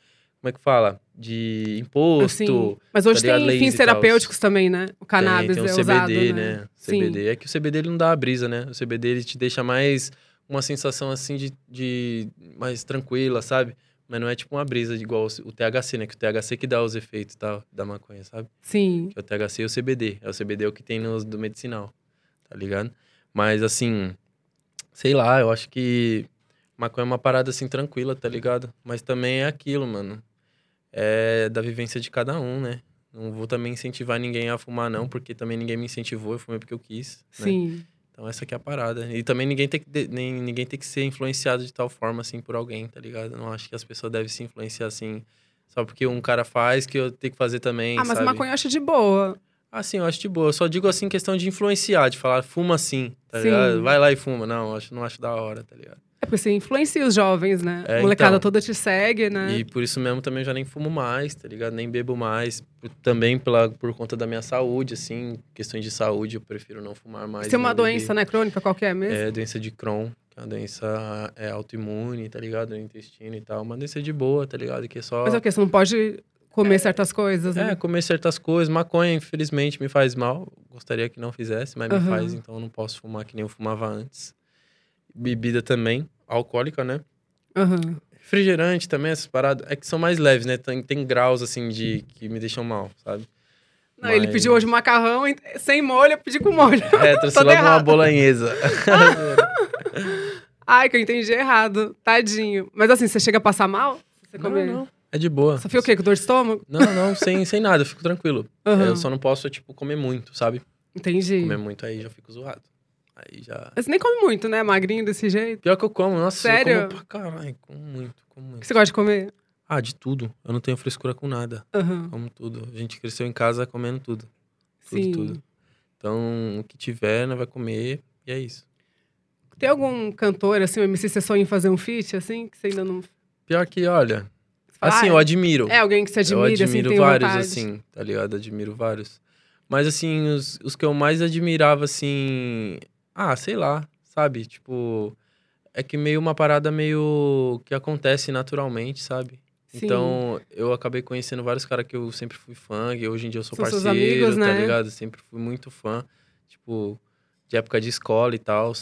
B: como é que fala? De imposto.
A: Assim. Mas hoje
B: tá ligado?
A: tem
B: Leis
A: fins
B: e tals.
A: terapêuticos também, né? O cannabis
B: tem, um
A: é
B: tem o
A: usado,
B: CBD,
A: né? Sim.
B: CBD. É que o CBD ele não dá a brisa, né? O CBD ele te deixa mais uma sensação assim de, de mais tranquila, sabe? Mas não é tipo uma brisa de igual o C- o THC, né? Que o THC que dá os efeitos da, da maconha, sabe?
A: Sim.
B: Que é o THC e o CBD. É o CBD o que tem nos do medicinal, tá ligado? Mas assim, sei lá, eu acho que maconha é uma parada assim tranquila, tá ligado? Mas também é aquilo, mano. é da vivência de cada um, né? Não vou também incentivar ninguém a fumar, não, porque também ninguém me incentivou, eu fumei porque eu quis. né?
A: Sim.
B: Então essa aqui é a parada. E também ninguém tem que, de- nem, ninguém tem que ser influenciado de tal forma, assim, por alguém, tá ligado? Eu não acho que as pessoas devem se influenciar, assim, só porque um cara faz, que eu tenho que fazer também,
A: ah, mas
B: sabe?
A: maconha eu acho de boa.
B: Assim, eu acho de boa. Eu só digo, assim, questão de influenciar, de falar, fuma assim, tá
A: Sim.
B: ligado? Vai lá e fuma. Não, eu acho, não acho da hora, tá ligado?
A: É porque você influencia os jovens, né?
B: É,
A: A molecada
B: então.
A: toda te segue, né?
B: E por isso mesmo também eu já nem fumo mais, tá ligado? Nem bebo mais. Por- Também pela, por conta da minha saúde, assim, questões de saúde, eu prefiro não fumar mais.
A: Isso é uma
B: nem beber.
A: doença, né? Crônica qualquer mesmo.
B: É, doença de Crohn, que é uma doença é, autoimune, tá ligado? No intestino e tal. Uma doença de boa, tá ligado? Que é só.
A: Mas é o quê? Você não pode comer certas coisas, né?
B: É, comer certas coisas. Maconha, infelizmente, me faz mal. Gostaria que não fizesse, mas
A: Aham.
B: me faz, então eu não posso fumar que nem eu fumava antes. Bebida também, alcoólica, né?
A: Aham.
B: Refrigerante também, essas paradas. É que são mais leves, né? Tem, tem graus, assim, de que me deixam mal, sabe?
A: Não, Ele
B: Mas-
A: pediu hoje macarrão e- sem molho, eu pedi com molho.
B: É, trouxe
A: Todo
B: logo uma
A: Tá errado.
B: bolanhesa.
A: Ai, que eu entendi errado. Tadinho. Mas assim, você chega a passar mal? Você
B: não,
A: come...
B: não. É de boa.
A: Só fica o quê? Com dor de estômago?
B: Não, não, sem, sem nada, eu fico tranquilo.
A: Aham.
B: Eu só não posso, tipo, comer muito, sabe?
A: Entendi.
B: Comer muito aí já fico zoado. Aí já.
A: Mas você nem come muito, né? Magrinho desse jeito.
B: Pior que eu como, nossa, eu
A: Sério?
B: como pra caralho, como muito, como
A: O que
B: muito.
A: você gosta de comer?
B: Ah, de tudo. Eu não tenho frescura com nada.
A: Aham.
B: Como tudo. A gente cresceu em casa comendo tudo. Tudo,
A: Sim.
B: tudo. Então, o que tiver, nós vai comer. E é isso.
A: Tem algum cantor, assim, o MC, você sonha em fazer um feat, assim? Que você ainda não...
B: Pior que, olha.
A: fala,
B: Assim,
A: ah,
B: eu admiro.
A: É alguém que você admira,
B: eu
A: assim,
B: admiro
A: tem
B: vários,
A: vontade.
B: assim, tá ligado? Admiro vários. Mas, assim, os, os que eu mais admirava, assim. Ah, sei lá, sabe? Tipo. É que meio uma parada meio que acontece naturalmente, sabe?
A: Sim.
B: Então, eu acabei conhecendo vários caras que eu sempre fui fã, que hoje em dia eu sou
A: São seus
B: parceiro,
A: amigos,
B: tá
A: né?
B: ligado? Sempre fui muito fã, tipo, de época de escola e tal.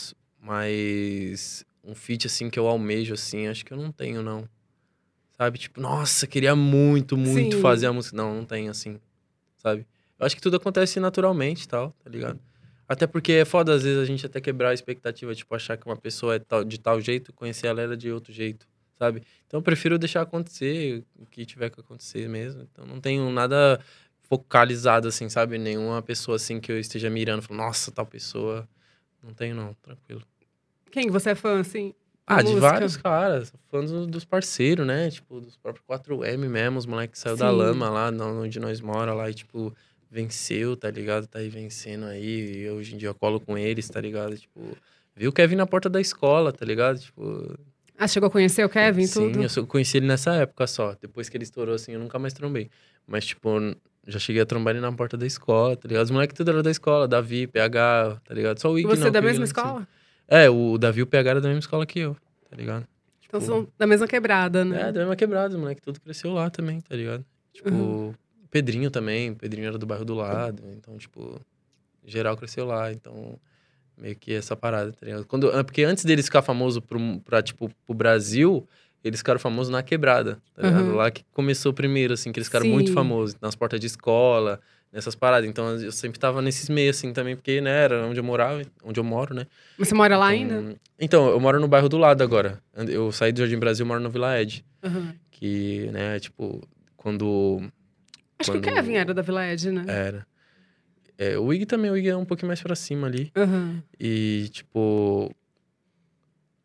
B: Mas um feat, assim, que eu almejo, assim, acho que eu não tenho, não. Sabe? Tipo, nossa, queria muito, muito
A: Sim.
B: fazer a música. Não, não tem, assim, sabe? Eu acho que tudo acontece naturalmente e tal, tá ligado? Até porque é foda, às vezes, a gente até quebrar a expectativa, tipo, achar que uma pessoa é tal, de tal jeito, conhecer ela era de outro jeito, sabe? Então eu prefiro deixar acontecer o que tiver que acontecer mesmo. Então não tenho nada focalizado, assim, sabe? Nenhuma pessoa, assim, que eu esteja mirando, falando, nossa, tal pessoa. Não tenho, não, tranquilo.
A: Quem que você é fã, assim?
B: Ah,
A: Da
B: de
A: música?
B: vários caras. Fã dos, dos parceiros, né? Tipo, dos próprios 4M mesmo. Os moleques saiu da
A: Sim.
B: lama lá, na- onde nós mora lá. E, tipo, venceu, tá ligado? Tá aí vencendo aí. E hoje em dia eu colo com eles, tá ligado? Tipo, viu o Kevin na porta da escola, tá ligado? Tipo,
A: Ah, chegou a conhecer o Kevin e
B: sim,
A: tudo?
B: eu só conheci ele nessa época só. Depois que ele estourou, assim, eu nunca mais trombei. Mas, tipo, n- já cheguei a trombar ele na porta da escola, tá ligado? Os moleques tudo era da escola, Davi, PH, tá ligado? Só o
A: E
B: Ig,
A: você
B: não,
A: é da
B: que o Ig
A: mesma
B: não sei.
A: escola?
B: É, o Davi e o PH era da mesma escola que eu, tá ligado?
A: Então
B: Tipo,
A: são da mesma quebrada, né?
B: É, da mesma quebrada, os moleque tudo cresceu lá também, tá ligado? Tipo,
A: Uhum.
B: o Pedrinho também, o Pedrinho era do bairro do lado, então, tipo, geral cresceu lá, então meio que essa parada, tá ligado? Quando, ah, porque antes deles ficar famoso pro, pra, tipo, pro Brasil, eles ficaram famosos na quebrada, tá ligado?
A: Uhum.
B: Lá que começou primeiro, assim, que eles ficaram muito
A: Sim.
B: famosos, nas portas de escola, nessas paradas. Então, eu sempre tava nesses meios, assim, também, porque, né, era onde eu morava, onde eu moro, né?
A: Mas Você mora lá
B: Então-
A: ainda?
B: Então, eu moro no bairro do lado agora. And- Eu saí do Jardim Brasil, moro no Vila Ed.
A: Aham.
B: Que, né, é tipo, quando
A: Acho que
B: Quando-
A: o Kevin era da Vila Ed, né?
B: era. É, o Ig também, o Ig é um pouquinho mais pra cima ali.
A: Aham.
B: E, tipo,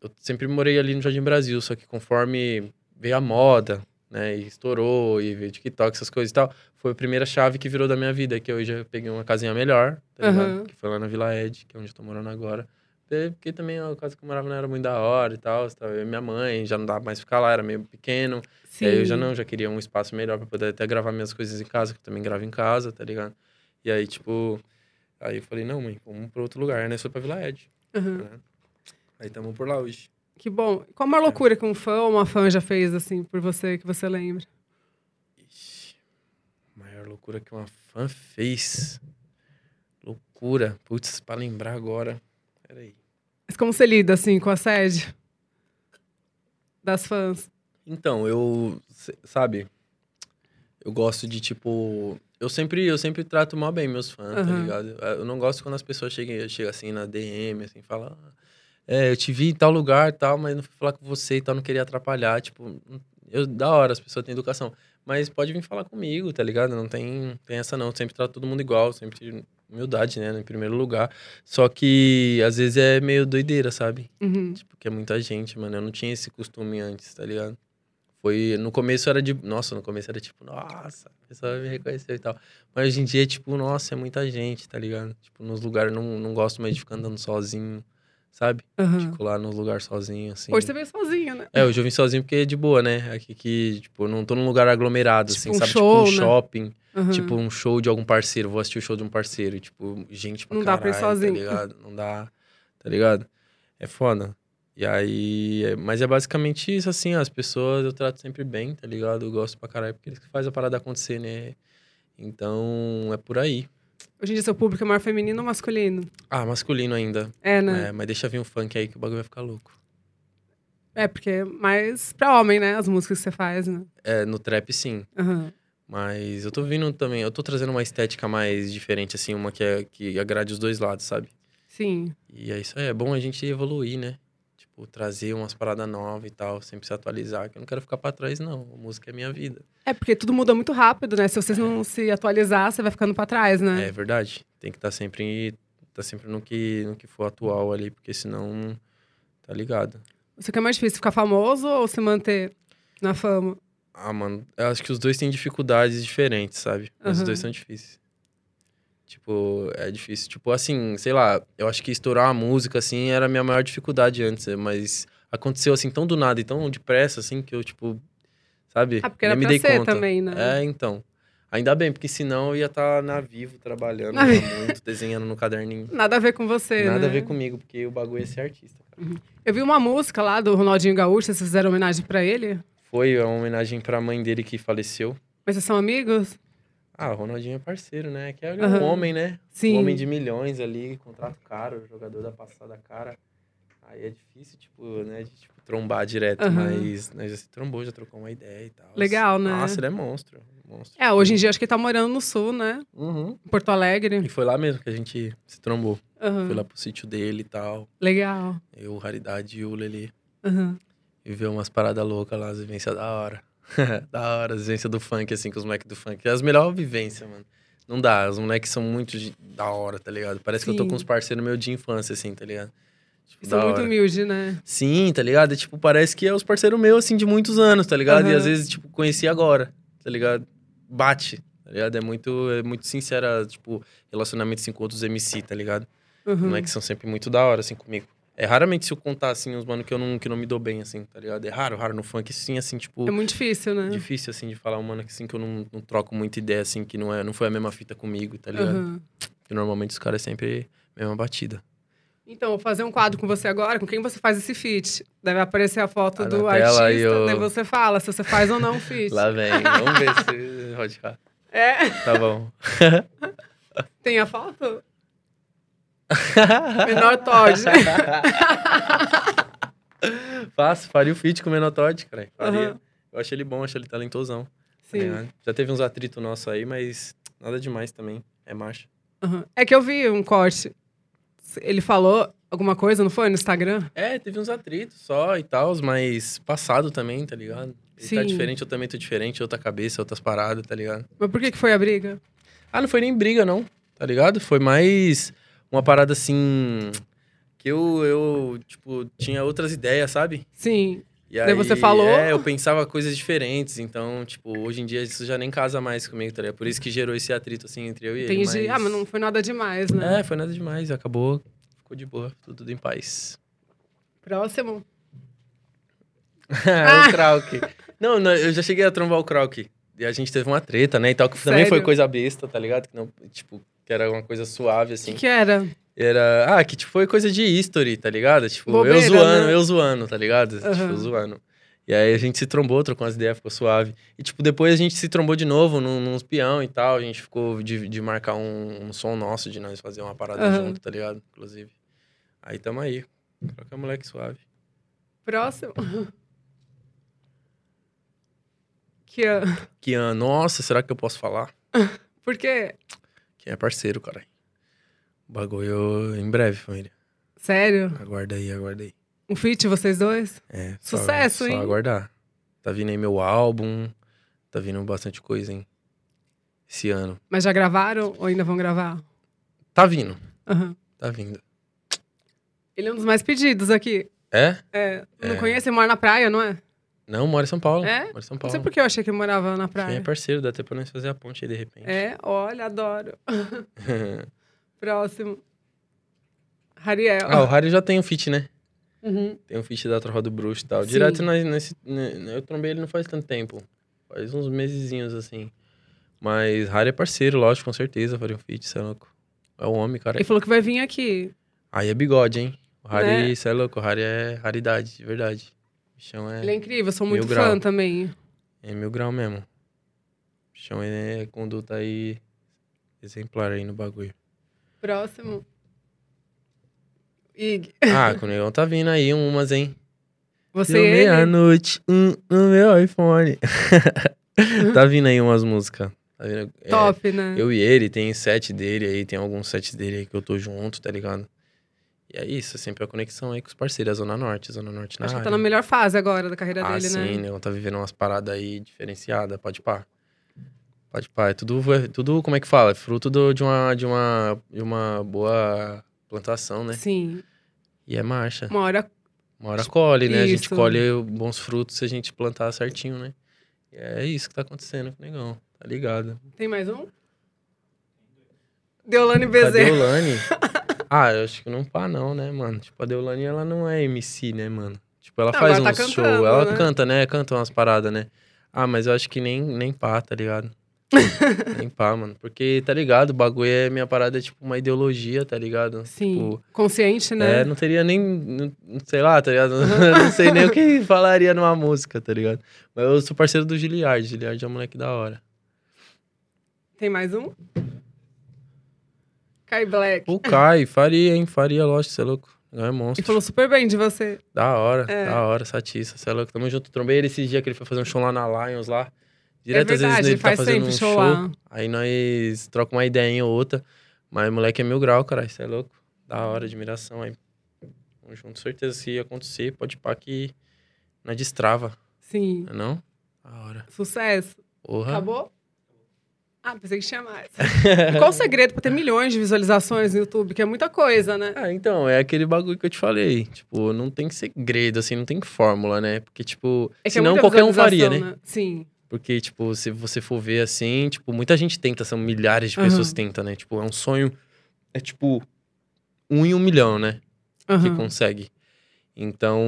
B: eu sempre morei ali no Jardim Brasil, só que conforme veio a moda, né, e estourou, e veio TikTok, essas coisas e tal, foi a primeira chave que virou da minha vida, que eu já peguei uma casinha melhor, tá ligado?
A: Aham.
B: Que foi lá na Vila Ed, que é onde eu tô morando agora. Até Porque também a casa que eu morava não era muito da hora e tal, tava eu e minha mãe, já não dava mais pra ficar lá, era meio pequeno.
A: Sim.
B: E aí eu já não, já queria um espaço melhor pra poder até gravar minhas coisas em casa, que eu também gravo em casa, tá ligado? E aí, tipo, aí eu falei, não, mãe, vamos pra outro lugar, né? Foi pra Vila Ed.
A: Aham.
B: Aí tamo por lá hoje.
A: Que bom. Qual a
B: É.
A: maior loucura que um fã ou uma fã já fez, assim, por você, que você lembra?
B: Ixi, maior loucura que uma fã fez. Loucura. Putz, pra lembrar agora. Peraí.
A: Mas como você lida, assim, com assédio das fãs?
B: Então, eu, cê- sabe, eu gosto de tipo, eu sempre, eu sempre trato mal bem meus fãs, tá
A: Aham.
B: ligado? Eh, Eu não gosto quando as pessoas chegam, chegam assim na DM, assim, fala, "Ah, é, eu te vi em tal lugar, e tal, mas não fui falar com você e tal, não queria atrapalhar, tipo, não- Eu, da hora, as pessoas têm educação. Mas pode vir falar comigo, tá ligado? Não tem, tem essa não. Eu sempre trato todo mundo igual, sempre tive humildade, né? Em primeiro lugar. Só que às vezes é meio doideira, sabe?
A: Uhum.
B: Tipo, que é muita gente, mano. Eu não tinha esse costume antes, tá ligado? Foi. No começo era de. Nossa, no começo era tipo, nossa, a pessoa me reconheceu e tal. Mas hoje em dia é tipo, nossa, é muita gente, tá ligado? Tipo, nos lugares eu não, não gosto mais de ficar andando sozinho, sabe?
A: Aham.
B: Fico lá nos lugares sozinho, assim.
A: Hoje você veio sozinho, né?
B: É, hoje eu vim sozinho porque é de boa, né? Aqui que, tipo, eu não tô num lugar aglomerado,
A: Tipo
B: assim,
A: um
B: sabe?
A: show,
B: tipo um
A: né?
B: shopping,
A: Aham.
B: tipo um show de algum parceiro. Vou assistir o show de um parceiro. e, Tipo, gente pra
A: Não dá pra
B: caralho,
A: ir sozinho.
B: tá ligado? Não dá, tá ligado? É foda. E aí... é- Mas é basicamente isso, assim. As pessoas eu trato sempre bem, tá ligado? Eu gosto pra caralho, porque eles que fazem a parada acontecer, né? Então, é por aí.
A: Hoje em dia seu público é maior feminino ou masculino?
B: Ah, masculino ainda.
A: É, né?
B: É, mas deixa vir um funk aí que o bagulho vai ficar louco.
A: É, porque é mais pra homem, né? As músicas que você faz, né?
B: É, no trap, sim.
A: Aham.
B: Mas eu tô vindo também, eu tô trazendo uma estética mais diferente, assim, uma que, é, que agrade os dois lados, sabe?
A: Sim.
B: E é isso aí, é bom a gente evoluir, né? Tipo, trazer umas paradas novas e tal, sempre se atualizar, que eu não quero ficar pra trás, não. A música é minha vida.
A: É porque tudo muda muito rápido, né? Se vocês não se atualizar, você vai ficando pra trás, né?
B: É verdade. Tem que estar sempre, tá sempre no que, no que for atual ali, porque senão, tá ligado?
A: Você que é mais difícil, ficar famoso ou se manter na fama?
B: Ah, mano, eu acho que os dois têm dificuldades diferentes, sabe?
A: Aham.
B: Mas os dois são difíceis. Tipo, é difícil. Tipo, assim, sei lá, eu acho que estourar a música, assim, era a minha maior dificuldade antes, eh, mas aconteceu, assim, tão do nada e tão depressa, assim, que eu, tipo, sabe?
A: Ah, porque era
B: Nem me
A: pra
B: dei
A: ser
B: conta.
A: também, né?
B: É, então. Ainda bem, porque senão eu ia estar na vivo, trabalhando
A: Na
B: lá
A: Vivo.
B: muito, desenhando no caderninho.
A: Nada a ver com você,
B: Nada
A: Ah, né?
B: a ver comigo, porque o bagulho é ser artista. cara.
A: Eu vi uma música lá do Ronaldinho Gaúcho, vocês fizeram homenagem pra ele?
B: Foi uma homenagem pra mãe dele que faleceu.
A: Mas vocês são amigos?
B: Ah, o Ronaldinho é parceiro, né? Que é
A: Aham.
B: um homem, né?
A: Sim.
B: Um homem de milhões ali, contrato caro, jogador da passada cara. Aí é difícil, tipo, né, de tipo, trombar direto,
A: Aham.
B: mas né, já se trombou, já trocou uma ideia e tal.
A: Legal, né?
B: Nossa, ele é monstro. monstro.
A: É, hoje em dia acho que ele tá morando no sul, né?
B: Uhum.
A: Em Porto Alegre.
B: E foi lá mesmo que a gente se trombou.
A: Aham.
B: Foi lá pro sítio dele e tal.
A: Legal.
B: Eu, Raridade e o Lele.
A: Aham.
B: Viveu umas paradas loucas lá, as vivências da hora. da hora, as vivências do funk, assim, com os moleques do funk. As melhores vivências, mano. Não dá, os moleques são muito de- da hora, tá ligado? Parece que eu tô
A: Sim.
B: com uns parceiros meus de infância, assim, tá ligado? Tipo,
A: São
B: da
A: muito
B: hora.
A: humilde, né?
B: Sim, tá ligado? E, tipo, parece que é os parceiros meus, assim, de muitos anos, tá ligado? E
A: Aham.
B: às vezes, tipo, conheci agora, tá ligado? Bate, tá ligado? É muito, é muito sincera, tipo, relacionamento assim, com outros MC, tá ligado?
A: Aham.
B: Não é que são sempre muito da hora, assim, comigo. É raramente se eu contar, assim, uns mano que eu não, que não me dou bem, assim, tá ligado? É raro, raro no funk, sim, assim, tipo,
A: É muito difícil, né?
B: difícil, assim, de falar um mano que, assim, que eu não, não troco muita ideia, assim, que não, é, não foi a mesma fita comigo, tá ligado?
A: Aham.
B: Porque normalmente os caras é sempre a mesma batida.
A: Então, vou fazer um quadro com você agora, com quem você faz esse feat. Deve aparecer a foto
B: Ah, na
A: do
B: tela,
A: artista,
B: aí eu-
A: daí você fala se você faz ou não o feat.
B: Lá vem, vamos ver se Rod K.
A: É.
B: Tá bom.
A: Tem a foto? Menor Todd. né?
B: Faço, faria o feat com o Menotodd, cara. Faria.
A: Aham.
B: Eu acho ele bom, acho ele talentosão. tá
A: Sim.
B: ligado? Já teve uns atritos nossos aí, mas nada demais também. É marcha.
A: Aham. É que eu vi um corte. Ele falou alguma coisa, não foi? No Instagram?
B: É, teve uns atritos só e tal, mas passado também, tá ligado? Ele tá
A: Sim.
B: diferente, eu também tô diferente, outra cabeça, outras paradas, tá ligado?
A: Mas por que, que foi a briga?
B: Ah, não foi nem briga, não, tá ligado? Foi mais uma parada assim. Que eu, eu tipo, tinha outras ideias, sabe?
A: Sim.
B: E
A: Daí você falou.
B: É, eu pensava coisas diferentes, então, tipo, hoje em dia isso já nem casa mais comigo, tá ligado? Por isso que gerou esse atrito, assim, entre eu e ele.
A: Entendi. Ah, mas não foi nada demais, né?
B: É, foi nada demais, acabou, ficou de boa, tudo, em paz.
A: Próximo.
B: o Krauk. Não, não, eu já cheguei a trombar o Krauk. E a gente teve uma treta, né, e tal, que também foi
A: Sério?
B: coisa besta, tá ligado? Que não, tipo, que era uma coisa suave,
A: O que,
B: assim.
A: que era?
B: Era. Ah, que tipo, foi coisa de history, tá ligado? Tipo,
A: Bobeira,
B: eu zoando,
A: né?
B: eu zoando, tá ligado?
A: Aham.
B: Tipo, eu zoando. E aí a gente se trombou, trocou umas ideias, ficou suave. E, tipo, depois a gente se trombou de novo num, nos peão e tal. A gente ficou de, de marcar um, um som nosso, de nós fazer uma parada
A: Aham.
B: junto, tá ligado? Inclusive. Aí tamo aí. Troca moleque suave.
A: Próximo. Que, ah,
B: Kian, nossa, será que eu posso falar?
A: por quê?
B: Quem é parceiro, caralho. Bagulho em breve, família.
A: Sério?
B: Aguarda aí, aguarda aí.
A: Um feat, vocês dois?
B: É,
A: Sucesso,
B: só,
A: hein?
B: Só aguardar. Tá vindo aí meu álbum, tá vindo bastante coisa, hein? Esse ano.
A: Mas já gravaram ou ainda vão gravar?
B: Tá vindo,
A: Aham.
B: tá vindo.
A: Ele é um dos mais pedidos aqui.
B: É?
A: É, eu Não
B: É.
A: conheço, ele mora na praia, não é?
B: Não, mora em São Paulo.
A: É?
B: Mora em São
A: Não
B: Paulo.
A: sei por que eu achei que eu morava na
B: Quem é
A: praia.
B: parceiro, dá até pra nós fazer a ponte aí de repente.
A: É, olha, adoro. Próximo. Rariel.
B: ah, o Harry já tem um feat, né?
A: Uhum.
B: Tem um feat da Troca do Bruxo e tal.
A: Sim.
B: Direto nós- nesse. né, Eu trombei ele não faz tanto tempo. Faz uns mesezinhos assim. Mas Harry é parceiro, lógico, com certeza. Faria um feat, cê é louco. É o homem, cara.
A: Ele falou que vai vir aqui.
B: Aí é bigode, hein? O Harry,
A: Né?
B: cê é louco. O Harry é raridade, de verdade. O bichão é,
A: Ele é incrível, eu sou muito
B: Mil
A: fã
B: grau.
A: também.
B: é mil grau mesmo. O bichão é conduta aí exemplar aí no bagulho.
A: Próximo. Ig,
B: Ah, com o negão tá vindo aí umas, hein?
A: você é
B: Deu
A: e ele?
B: meia-noite um, no meu iPhone. tá vindo aí umas músicas. Tá vindo, é,
A: Uhum. Top, né?
B: eu e ele, tem set dele aí, tem alguns sets dele aí que eu tô junto, tá ligado? E é isso, é sempre a conexão aí com os parceiros, a Zona Norte, Zona Norte na
A: Acho que
B: área.
A: tá na melhor fase agora da carreira
B: ah,
A: dele,
B: sim,
A: né?
B: o negão tá vivendo umas paradas aí diferenciadas, pode pá. Pode pá, é tudo, é tudo, como é que fala? É fruto do- de, uma, de, uma, de uma boa plantação, né?
A: Sim.
B: E é marcha.
A: Uma hora.
B: Uma hora colhe, né? A gente
A: Isso.
B: colhe bons frutos se a gente plantar certinho, né? E é isso que tá acontecendo com o negão. Tá ligado?
A: Tem mais um? Deolane
B: Cadê
A: Bezerra.
B: o Lani? ah, eu acho que não pá, não, né, mano? Tipo, a Deolane, ela não é MC, né, mano? Tipo, ela
A: Não,
B: faz um
A: agora tá
B: show.
A: cantando,
B: ela
A: né?
B: canta, né? Canta umas paradas, né? Ah, mas eu acho que nem, nem pá, tá ligado? nem pá, mano. Porque, tá ligado? O bagulho é minha parada, é tipo uma ideologia, tá ligado?
A: Sim.
B: Tipo,
A: Consciente, né?
B: É, não teria nem. Não, não sei lá, tá ligado? não sei nem o que falaria numa música, tá ligado? Mas eu sou parceiro do Giliard. Giliard é um moleque da hora.
A: Tem mais um? Kai Black.
B: O Kai, faria, hein? Faria, lógico, você é louco. Não é
A: Ele
B: monstro.
A: falou super bem de você.
B: Da hora,
A: É.
B: da hora, Satissa, você é louco. Tamo junto. Trombei ele esse dia que ele foi fazer um show lá na Lions lá. Direto
A: é
B: às vezes
A: verdade,
B: ele tá
A: faz
B: fazendo
A: sempre
B: um
A: show,
B: show.
A: lá.
B: Aí nós troca uma ideia ou outra. Mas moleque é mil grau, cara. Isso é louco. Da hora, admiração aí. Tamo junto, certeza. Se acontecer, pode pá que na destrava.
A: Sim.
B: Não é Não? A hora.
A: Sucesso.
B: Porra.
A: Acabou? Ah, pensei que tinha mais. E qual o segredo pra ter milhões de visualizações no YouTube? Que é muita coisa, né?
B: Ah, então, é aquele bagulho que eu te falei. Tipo, não tem segredo, assim, não tem fórmula, né? Porque, tipo,
A: É que é
B: senão
A: muita
B: qualquer um faria, né?
A: visualização, Sim.
B: Porque, tipo, se você for ver assim, tipo, muita gente tenta, são milhares de
A: Aham.
B: pessoas que tentam, né? Tipo, é um sonho, é tipo, um em um milhão, né? que
A: Aham.
B: consegue. Então,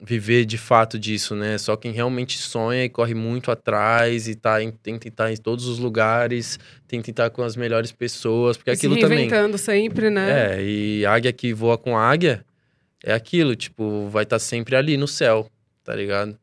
B: viver de fato disso, né? Só quem realmente sonha e corre muito atrás e tá em, tenta estar em todos os lugares, tenta estar com as melhores pessoas, porque
A: E
B: é aquilo
A: se
B: também.
A: reinventando sempre, né?
B: É, e águia que voa com águia é aquilo, tipo, vai estar sempre ali no céu, tá ligado?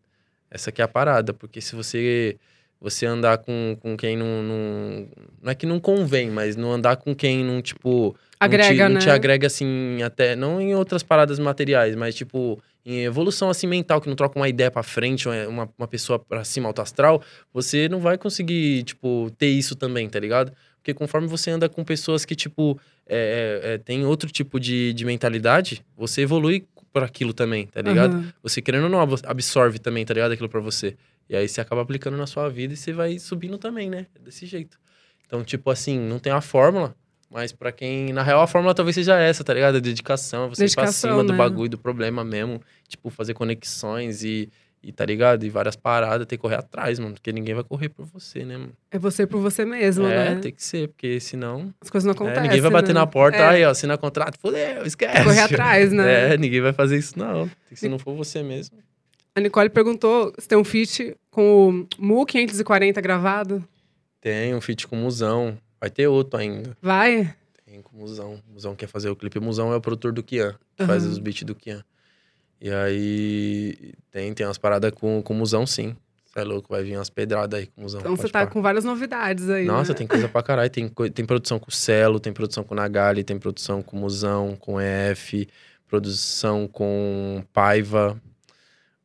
B: Essa que é a parada, porque se você você andar com, com quem não, não. Não é que não convém, mas não andar com quem não, tipo. não te,
A: Agrega,
B: não
A: né?
B: te agrega, assim, até. Não em outras paradas materiais, mas, tipo, em evolução assim mental, que não troca uma ideia pra frente, uma- uma, uma pessoa pra cima, alto astral, você não vai conseguir, tipo, ter isso também, tá ligado? Porque conforme você anda com pessoas que, tipo, é, é, é, tem outro tipo de, de mentalidade, você evolui para aquilo também, tá ligado?
A: Aham.
B: Você querendo ou não ab- absorve também, tá ligado? Aquilo pra você. E aí você acaba aplicando na sua vida e você vai subindo também, né? É desse jeito. Então, tipo assim, não tem a fórmula, mas pra quem. Na real, a fórmula talvez seja essa, tá ligado? A dedicação, você ir pra
A: Dedicação,
B: cima do
A: né?
B: bagulho, do problema mesmo. Tipo, fazer conexões e, e tá ligado? E várias paradas, ter que correr atrás, mano. Porque ninguém vai correr por você, né, mano?
A: É você por você mesmo,
B: É,
A: né?
B: tem que ser, porque senão.
A: As coisas não
B: É,
A: acontecem.
B: ninguém vai bater
A: né?
B: na porta,
A: É,
B: aí, ó, assina contrato, fudeu, esquece.
A: Correr atrás, né?
B: É, ninguém vai fazer isso, não. Se não for você mesmo.
A: A Nicole perguntou se tem um feat com o Mu 540 gravado.
B: Tem um feat com o Musão. Vai ter outro ainda.
A: Vai?
B: Tem com o Musão. O Musão quer fazer o clipe. O Musão é o produtor do Kian. que Faz
A: Aham.
B: os beats do Kian. E aí tem, tem umas paradas com, com o Musão, sim. Você é louco, vai vir umas pedradas aí com o Musão.
A: Então você
B: pode
A: tá
B: pá.
A: com várias novidades aí.
B: Nossa,
A: né?
B: tem coisa pra caralho. Tem, coi- tem produção com o Celo, tem produção com o Nagali, tem produção com o Musão, com o EF, produção com Paiva,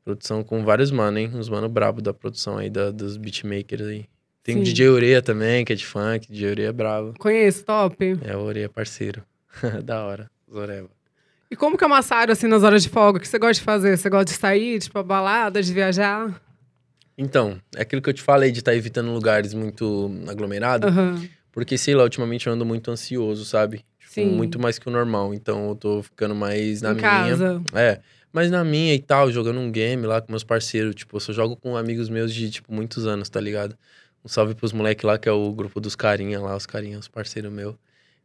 B: produção com vários mano, hein? Uns mano brabo da produção aí, da- dos beatmakers aí. Tem
A: Sim.
B: o DJ Ureia também, que é de funk, DJ Ureia é brabo.
A: Conheço, top.
B: É, o Ureia é parceiro. da hora, Zoreva.
A: E como que é o Massaro, assim, nas horas de folga? O que você gosta de fazer? Você gosta de sair, tipo, a balada, de viajar?
B: Então, é aquilo que eu te falei de estar evitando lugares muito aglomerados.
A: Aham.
B: Porque, sei lá, ultimamente eu ando muito ansioso, sabe? Tipo,
A: Sim.
B: muito mais que o normal. Então eu tô ficando mais na
A: Em
B: minha.
A: casa.
B: É. Mas na minha e tal, jogando um game lá com meus parceiros. Tipo, eu só jogo com amigos meus de, tipo, muitos anos, tá ligado? Um salve pros moleques lá, que é o grupo dos carinha lá, os carinhas, os parceiros meus.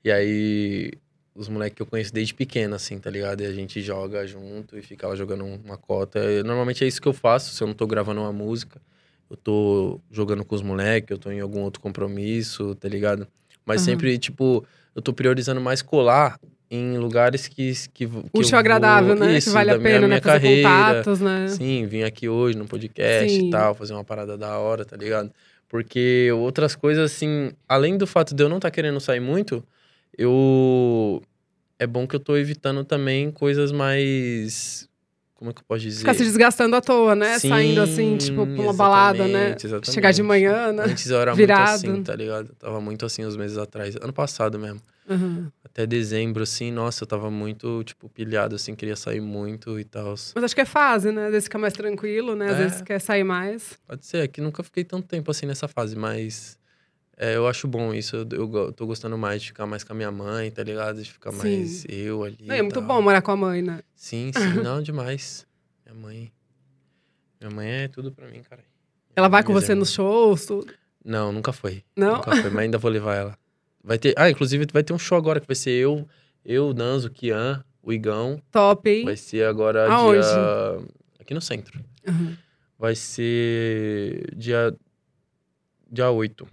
B: E aí, os moleques que eu conheço desde pequeno, assim, tá ligado? E a gente joga junto e fica lá jogando um, uma cota. E normalmente é isso que eu faço, se eu não tô gravando uma música. Eu tô jogando com os moleques, eu tô em algum outro compromisso, tá ligado? Mas
A: Aham.
B: sempre, tipo, eu tô priorizando mais colar em lugares que... que, que eu
A: Útil
B: vou-
A: e agradável, né?
B: Isso,
A: que vale
B: da
A: a
B: minha-
A: pena, né?
B: minha
A: Fazer
B: carreira.
A: contatos, né?
B: Sim, vim aqui hoje no podcast
A: Sim.
B: e tal, fazer uma parada da hora, tá ligado? Porque outras coisas, assim, além do fato de eu não estar querendo sair muito, eu. É bom que eu tô evitando também coisas mais. Como é que eu posso dizer?
A: Ficar se desgastando à toa, né?
B: Sim,
A: Saindo assim, tipo, pra uma balada, né?
B: exatamente, exatamente.
A: Chegar de manhã, né?
B: Antes eu era
A: Virado.
B: muito assim, tá ligado? Eu tava muito assim uns meses atrás. Ano passado mesmo
A: Aham.
B: até dezembro, assim, nossa, eu tava muito, tipo, pilhado, assim, queria sair muito e tal.
A: Mas acho que é fase, né? Às vezes fica mais tranquilo, né? Às
B: É.
A: vezes quer sair mais.
B: Pode ser, é que nunca fiquei tanto tempo assim nessa fase, mas é, eu acho bom isso. Eu, eu go- tô gostando mais de ficar mais com a minha mãe, tá ligado? De ficar
A: Sim.
B: mais eu ali.
A: Não,
B: e tá.
A: é muito
B: tal.
A: bom morar com a mãe, né?
B: Sim, sim, não, demais. Minha mãe. Minha mãe é tudo pra mim, cara.
A: Ela vai com
B: Minhas
A: você nos
B: irmãs.
A: shows, tudo.
B: Não, nunca foi.
A: Não?
B: Nunca foi, mas ainda vou levar ela. Vai ter. Ah, inclusive vai ter um show agora que vai ser eu, eu, o Danzo, o Kian, o Igão.
A: Top, hein?
B: Vai ser agora
A: Aonde?
B: dia... Aqui no centro.
A: Aham.
B: Vai ser dia... Dia 8.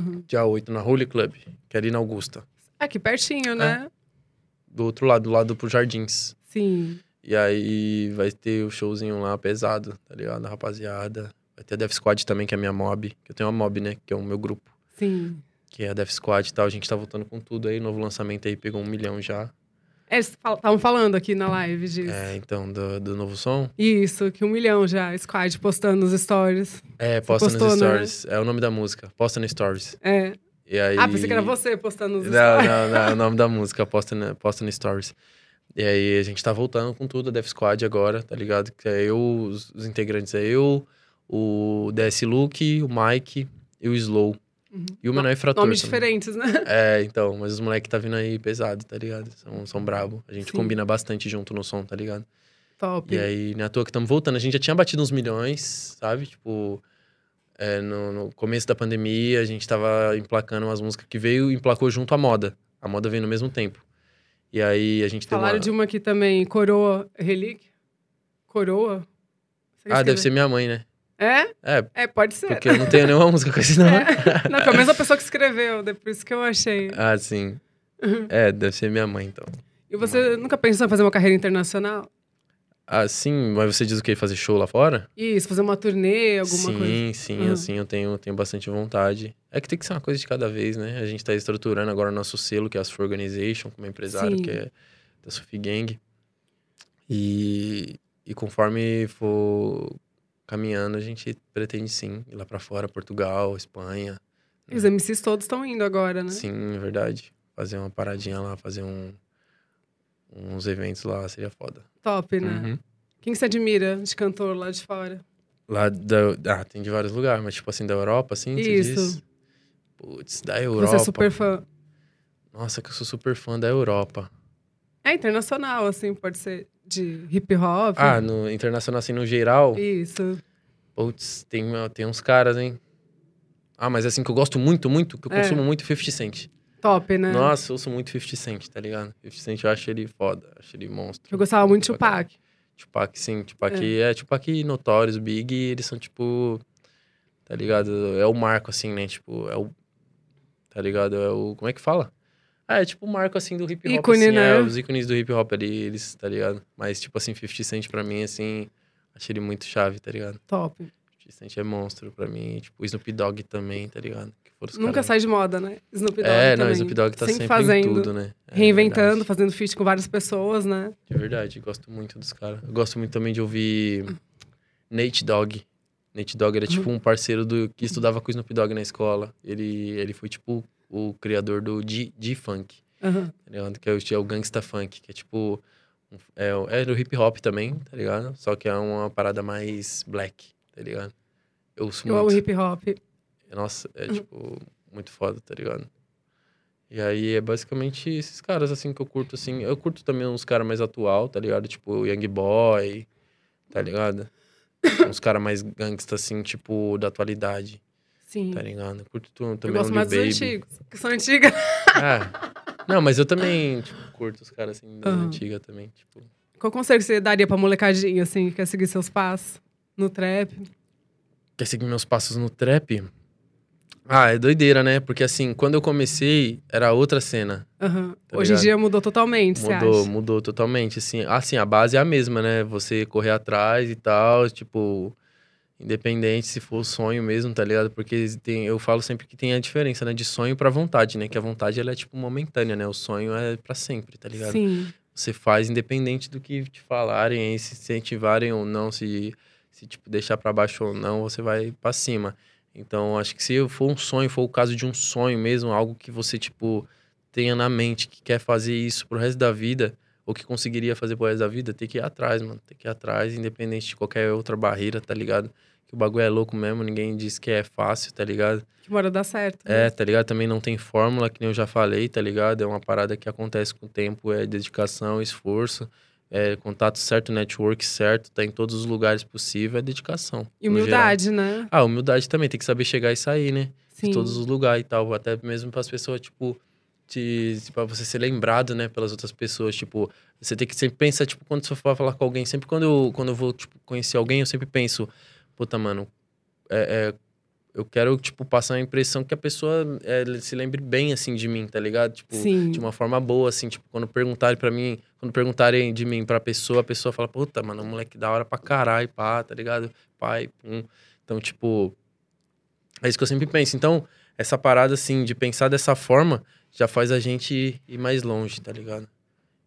A: Aham.
B: Dia 8, na Holy Club, que é ali na Augusta.
A: Aqui pertinho,
B: É.
A: né?
B: Do outro lado, do lado pro Jardins.
A: Sim.
B: E aí vai ter o showzinho lá pesado, tá ligado? Rapaziada. Vai ter a Death Squad também, que é a minha mob. Que eu tenho uma mob, né? Que é o meu grupo.
A: Sim.
B: Que é a Death Squad e tal. A gente tá voltando com tudo aí. Novo lançamento aí pegou um milhão já.
A: É, Eles estavam falando aqui na live disso.
B: É, então, do, do novo som.
A: Isso, que um milhão já, Squad postando nos stories.
B: É, posta nos
A: postou, né?
B: stories. É o nome da música. Posta nos stories.
A: É.
B: E aí...
A: Ah, pensei que era você postando nos stories.
B: Não, não, não. É o nome da música. Posta, na, posta no Stories. E aí a gente tá voltando com tudo, a Death Squad agora, tá ligado? Que é eu, os, os integrantes é eu, o DS Luke, o Mike e o Slow.
A: Uhum.
B: E o menor é frator.
A: Nomes
B: também.
A: diferentes, né?
B: É, então, mas os moleques tá vindo aí pesado, tá ligado? São, são brabo. A gente
A: Sim.
B: combina bastante junto no som, tá ligado?
A: Top.
B: E aí, não é à toa que estamos voltando. A gente já tinha batido uns milhões, sabe? Tipo, é, no, no começo da pandemia, a gente tava emplacando umas músicas que veio e emplacou junto à moda. A moda veio no mesmo tempo. E aí, a gente deu
A: Falaram
B: uma...
A: de uma aqui também, Coroa Relíquia. Coroa? Sei
B: Ah,
A: escrever.
B: deve ser minha mãe, né?
A: É?
B: É,
A: É, pode ser.
B: porque eu não tenho nenhuma música com esse nome.
A: Não, foi a mesma pessoa que escreveu, é por isso que eu achei.
B: Ah, sim.
A: Uhum.
B: É, deve ser minha mãe, então.
A: E você nunca pensou em fazer uma carreira internacional?
B: Ah, sim, mas você diz o quê? Fazer show lá fora?
A: Isso, fazer uma turnê, alguma
B: sim,
A: coisa? Ah.
B: sim,
A: Aham.
B: assim, eu tenho, tenho bastante vontade. É que tem que ser uma coisa de cada vez, né? A gente tá estruturando agora o nosso selo, que é a Surf Organization, com uma empresário
A: Sim.
B: que é da Sufi Gang. E, e conforme for caminhando, a gente pretende sim ir lá pra fora, Portugal, Espanha.
A: E Os MCs todos estão indo agora, né?
B: Sim, é verdade. Fazer uma paradinha lá, fazer um, uns eventos lá, seria foda.
A: Top, né?
B: Uhum.
A: Quem que você admira de cantor lá de fora?
B: Lá da. Ah, tem de vários lugares, mas tipo assim, da Europa, assim, você
A: Isso.
B: diz? Putz, da
A: Que
B: Europa.
A: Você é super fã.
B: Nossa, que eu sou super fã da Europa.
A: É internacional, assim, pode ser de hip hop.
B: Ah, no internacional, assim, no geral,
A: Isso.
B: putz, tem, tem uns caras, hein? Ah, mas assim, que eu gosto muito, muito, que eu
A: É.
B: consumo muito 50 Cent.
A: Top, né?
B: Nossa, eu ouço muito 50 Cent, tá ligado? 50 Cent eu acho ele foda, acho ele monstro.
A: Eu gostava Ah, muito de
B: Pra caralho.
A: Tupac.
B: Tupac, sim. Tupac é, Tupac e Notorious, Big, eles são tipo. Tá ligado? É o marco, assim, né? Tipo, é o. Tá ligado? É o. Como é que fala? Ah, é tipo o marco, assim, do hip hop.
A: Ícone,
B: assim,
A: né?
B: é, os ícones do hip hop ali, eles, tá ligado? Mas, tipo assim, 50 Cent pra mim, assim. Achei ele muito chave, tá ligado?
A: Top.
B: 50 Cent é monstro pra mim. Tipo, o Snoop Dogg também, tá ligado? Que foram os
A: Nunca
B: caras-
A: sai de moda, né? Snoop Dogg
B: É,
A: também.
B: não, Snoop Dogg tá sempre,
A: fazendo.
B: em tudo, né? É,
A: Reinventando,
B: verdade.
A: fazendo feat com várias pessoas, né?
B: De É verdade, gosto muito dos caras. Eu Gosto muito também de ouvir Nate Dogg. Nate Dogg era tipo um parceiro do que estudava com o Snoop Dogg na escola. Ele, ele foi tipo o criador do G- G-Funk,
A: Aham.
B: tá ligado? Que é o, é o gangsta funk, que é tipo. um- É, o- é do hip hop também, tá ligado? Só que é uma parada mais black, tá ligado? Eu ouço
A: Eu
B: muito.
A: amo hip hop.
B: Nossa, é
A: Uhum.
B: tipo, muito foda, tá ligado? E aí é basicamente esses caras, assim, que eu curto, assim. Eu curto também uns caras mais atual, tá ligado? Tipo, Young Boy, tá ligado? uns caras mais gangsta, assim, tipo, da atualidade,
A: Sim.
B: tá ligado? Eu curto tu-
A: Eu
B: também
A: gosto
B: Lil
A: mais dos
B: Baby.
A: antigos, que são antigas.
B: Ah, não, mas eu também, tipo, curto os caras, assim, das
A: Aham.
B: antigas também, tipo...
A: Qual conselho que você daria pra molecadinha, assim, que quer seguir seus passos no trap?
B: Quer seguir meus passos no trap? Ah, é doideira, né? Porque, assim, quando eu comecei, era outra cena.
A: Aham.
B: Tá
A: Hoje em
B: ligado?
A: dia mudou totalmente, você
B: Mudou,
A: acha?
B: mudou totalmente. Assim, assim, a base é a mesma, né? Você correr atrás e tal, tipo, independente se for sonho mesmo, tá ligado? Porque tem, eu falo sempre que tem a diferença, né? De sonho pra vontade, né? Que a vontade ela é tipo momentânea, né? O sonho é pra sempre, tá ligado?
A: Sim.
B: Você faz independente do que te falarem, se incentivarem ou não, se, se tipo, deixar pra baixo ou não, você vai pra cima. Então, acho que se for um sonho, for o caso de um sonho mesmo, algo que você, tipo, tenha na mente, que quer fazer isso pro resto da vida, ou que conseguiria fazer pro resto da vida, tem que ir atrás, mano. Tem que ir atrás, independente de qualquer outra barreira, tá ligado? Que o bagulho é louco mesmo, ninguém diz que é fácil, tá ligado?
A: Que mora dá certo.
B: É, tá ligado? Também não tem fórmula, que nem eu já falei, tá ligado? É uma parada que acontece com o tempo, é dedicação, esforço, é contato certo, network certo, tá em todos os lugares possível, é dedicação.
A: E
B: no geral.
A: humildade, né?
B: Ah, humildade também, tem que saber chegar e sair, né?
A: Sim.
B: De todos os lugares e tal, até mesmo pras pessoas, tipo, te, pra você ser lembrado, né, pelas outras pessoas, tipo, você tem que sempre pensar, tipo, quando você for falar com alguém, sempre quando eu, quando eu vou, tipo, conhecer alguém, eu sempre penso, puta, mano, é, é, eu quero, tipo, passar a impressão que a pessoa é, se lembre bem, assim, de mim, tá ligado? Tipo,
A: Sim.
B: de uma forma boa, assim, tipo, quando perguntarem pra mim, quando perguntarem de mim pra pessoa, a pessoa fala, puta, mano, moleque da hora pra caralho, pá, tá ligado? Pai, pum. Então, tipo, é isso que eu sempre penso. Então, essa parada, assim, de pensar dessa forma, já faz a gente ir, ir mais longe, tá ligado?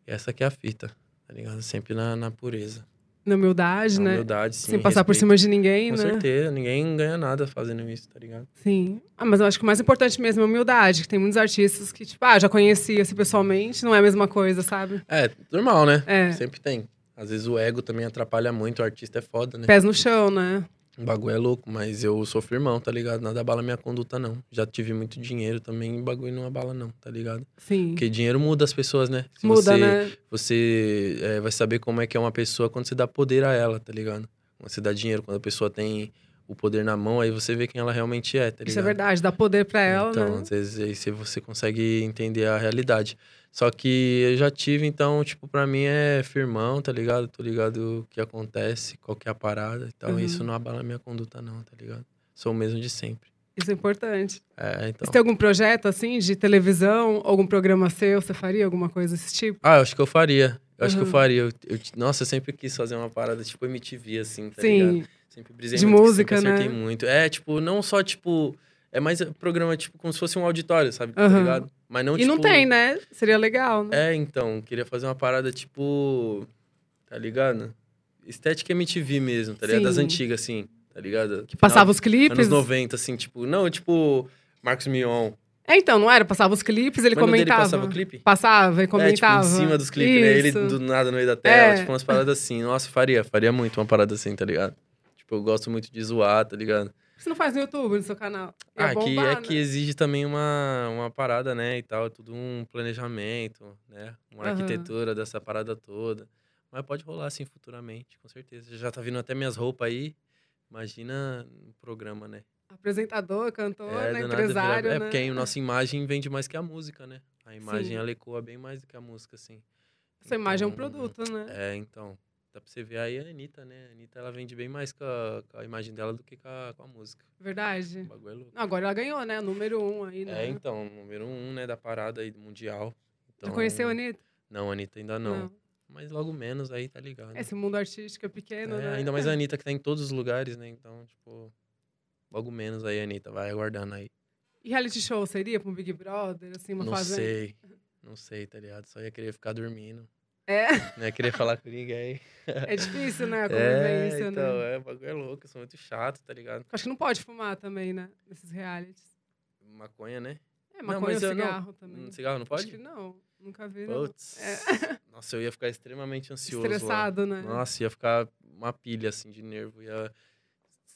B: E essa que é a fita, tá ligado? Sempre na, na pureza.
A: Na humildade,
B: Na
A: né?
B: humildade, sim.
A: Sem passar por cima
B: respeito.
A: de ninguém,
B: Com
A: né?
B: certeza, ninguém ganha nada fazendo isso, tá ligado?
A: Sim. Ah, mas eu acho que o mais importante mesmo é a humildade, que tem muitos artistas que, tipo, ah, já conhecia se pessoalmente, não é a mesma coisa, sabe?
B: É, normal, né?
A: É.
B: Sempre tem. Às vezes o ego também atrapalha muito, o artista é foda, né?
A: Pés no chão, né?
B: O bagulho é louco, mas eu sou firmão, tá ligado? Nada abala minha conduta, não. Já tive muito dinheiro também e bagulho não abala, não, tá ligado?
A: Sim.
B: Porque dinheiro muda as pessoas, né? Se
A: Muda,
B: você,
A: né?
B: Você é, vai saber como é que é uma pessoa quando você dá poder a ela, tá ligado? Quando você dá dinheiro, quando a pessoa tem o poder na mão, aí você vê quem ela realmente é, tá ligado?
A: Isso é verdade, dá poder pra ela,
B: Então,
A: né?
B: às vezes aí se você consegue entender a realidade. Só que eu já tive, então, tipo, pra mim é firmão, tá ligado? Tô ligado o que acontece, qual que é a parada e tal.
A: Uhum.
B: Isso não abala a minha conduta, não, tá ligado? Sou o mesmo de sempre.
A: Isso é importante.
B: É, então.
A: Você tem algum projeto, assim, de televisão, algum programa seu? Você faria alguma coisa desse tipo?
B: Ah, eu acho que eu faria. Eu acho que eu
A: Uhum.
B: faria. Eu, eu- nossa, eu sempre quis fazer uma parada tipo MTV, assim, tá ligado?
A: Sim.
B: Sempre brisei
A: De
B: muito, que
A: música,
B: sempre acertei
A: né?
B: muito. É, tipo, não só, tipo... É mais programa, tipo, como se fosse um auditório, sabe? Tá
A: Aham.
B: ligado? Mas não,
A: Uhum. e não
B: tipo,
A: tem, né? Seria legal, né?
B: É, então, queria fazer uma parada, tipo... Tá ligado? Estética MTV mesmo, tá ligado? Das
A: Sim.
B: antigas, assim, tá ligado?
A: que passava os clipes.
B: Anos 90, assim, tipo... Não, tipo... Marcos Mion.
A: É, então, não era? Passava os clipes, ele
B: Mano dele
A: comentava.
B: passava o clipe?
A: Passava e comentava.
B: É, tipo, em cima dos clipes, né? Ele
A: Isso.
B: do nada no meio da tela,
A: É.
B: tipo, umas paradas assim. Nossa, faria, faria muito uma parada assim, tá ligado? Tipo, eu gosto muito de zoar, tá ligado?
A: Você não faz no YouTube, no seu canal. Ia
B: ah, que
A: bombar,
B: é
A: né?
B: que exige também uma, uma parada, né, e tal. É tudo um planejamento, né? Uma
A: Aham.
B: arquitetura dessa parada toda. Mas pode rolar, assim, futuramente, com certeza. Já tá vindo até minhas roupas aí. Imagina um programa, né?
A: Apresentador, cantor, né?
B: do nada vira-
A: empresário,
B: É,
A: né?
B: porque aí a nossa imagem vende mais que a música, né? A imagem,
A: Sim.
B: ela ecoa bem mais do que a música, assim.
A: Sua imagem é um
B: Então,
A: produto, né?
B: É, então. Dá pra você ver aí a Anitta, né? A Anitta, ela vende bem mais com a, com a imagem dela do que com a, com a música. O
A: Verdade.
B: bagulho é louco.
A: Agora ela ganhou, né? Número um aí, né?
B: É, então, número um, né, da parada aí do mundial. Então,
A: Já conheceu a Anitta?
B: Não, a Anitta ainda não. Mas logo menos aí, tá ligado?
A: Esse mundo artístico é pequeno,
B: É,
A: né?
B: Ainda mais a Anitta que tá em todos os lugares, né? Então, tipo, logo menos aí, Anitta, vai aguardando aí.
A: E reality show seria pra um Big Brother, assim, uma
B: não
A: fazenda?
B: sei. Não sei, tá ligado? Só ia querer ficar dormindo.
A: É,
B: Não ia querer falar com ninguém.
A: é difícil, né? A
B: É,
A: convivência, né?
B: então, é, o bagulho é louco, eu sou muito chato, tá ligado?
A: Acho que não pode fumar também, né? Nesses realities.
B: Maconha, né?
A: É,
B: Não,
A: maconha ou
B: mas eu não-
A: cigarro também.
B: Hum, Cigarro não
A: Acho que
B: pode?
A: não. Nunca vi, não. É.
B: Putz. Nossa, eu ia ficar extremamente ansioso. lá.
A: Estressado, né?
B: Nossa, ia ficar uma pilha assim de nervo. Ia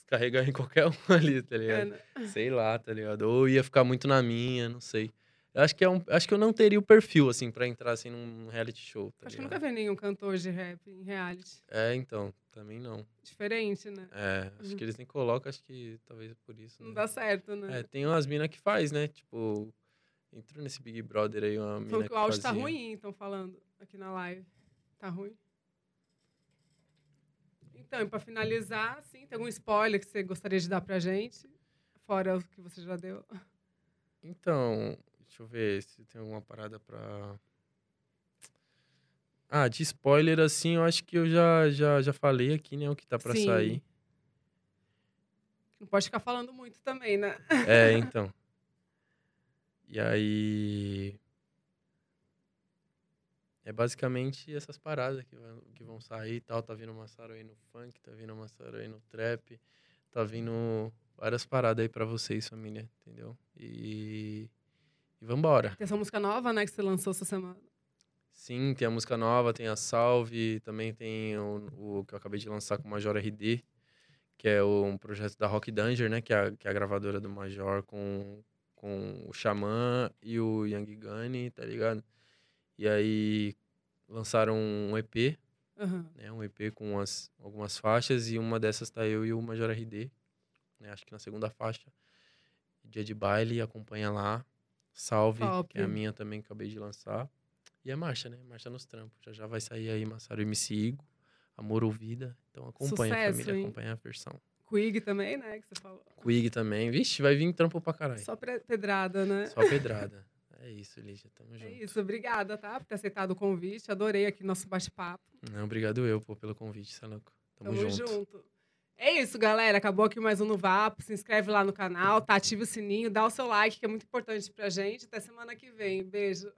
B: carregar em qualquer um ali, tá ligado?
A: É, né?
B: Sei lá, tá ligado? Ou ia ficar muito na minha, não sei. Eu acho que, é um, acho que eu não teria o perfil, assim, pra entrar, assim, num reality show, tá
A: Acho que eu
B: ligado?
A: nunca vi nenhum cantor de rap em reality.
B: É, então, também não.
A: Diferente, né?
B: É, acho que eles nem colocam, acho que talvez por isso,
A: Não
B: né?
A: dá certo,
B: É,
A: né?
B: tem umas minas que faz, né? Tipo, entrou nesse Big Brother aí uma mina
A: Falou
B: que
A: que o áudio tá
B: fazia.
A: ruim, estão falando aqui na live. Tá ruim? Então, e pra finalizar, sim, tem algum spoiler que você gostaria de dar pra gente? Fora o que você já deu.
B: Então, deixa eu ver se tem alguma parada pra... Ah, de spoiler, assim, eu acho que eu já, já, já falei aqui, né? O que tá pra
A: Sim.
B: sair.
A: Não pode ficar falando muito também, né?
B: É, então. E aí... É basicamente essas paradas que, vão- que vão sair e tal. Tá vindo uma Saroi no funk, tá vindo uma Saroi no trap, tá vindo várias paradas aí pra vocês, família, entendeu? E... E vambora.
A: Tem essa música nova, né, que você lançou essa semana.
B: Sim, tem a música nova, tem a Salve, também tem o, o que eu acabei de lançar com o Major RD, que é o- um projeto da Rock Danger, né? Que é a, que é a gravadora do Major com, com o Xamã e o Yang Gani, tá ligado? E aí lançaram um EP,
A: Aham.
B: né? Um EP com umas, algumas faixas e uma dessas tá eu e o Major RD, né? Acho que na segunda faixa. Dia de baile, acompanha lá. Salve,
A: Top.
B: que é a minha também que acabei de lançar. E é marcha, né? Marcha nos trampos. Já já vai sair aí Massaro MC Igo, Amor ou Vida. Então acompanha
A: Sucesso,
B: família,
A: hein?
B: acompanha a versão.
A: Quig também, né, que você falou.
B: Quig também. Vixe, vai vir trampo pra caralho. Só,
A: Só pre- pedrada, né?
B: pedrada. é isso, Lígia. Tamo
A: É
B: junto.
A: isso, obrigada, tá? Por ter aceitado o convite. Adorei aqui nosso bate-papo.
B: Não, obrigado eu, pô, pelo convite, cê é louco. Tamo, junto.
A: É isso, galera. Acabou aqui mais um no Vapo. Se inscreve lá no canal, tá? Ativa o sininho, dá o seu like, que é muito importante pra gente. Até semana que vem. Beijo.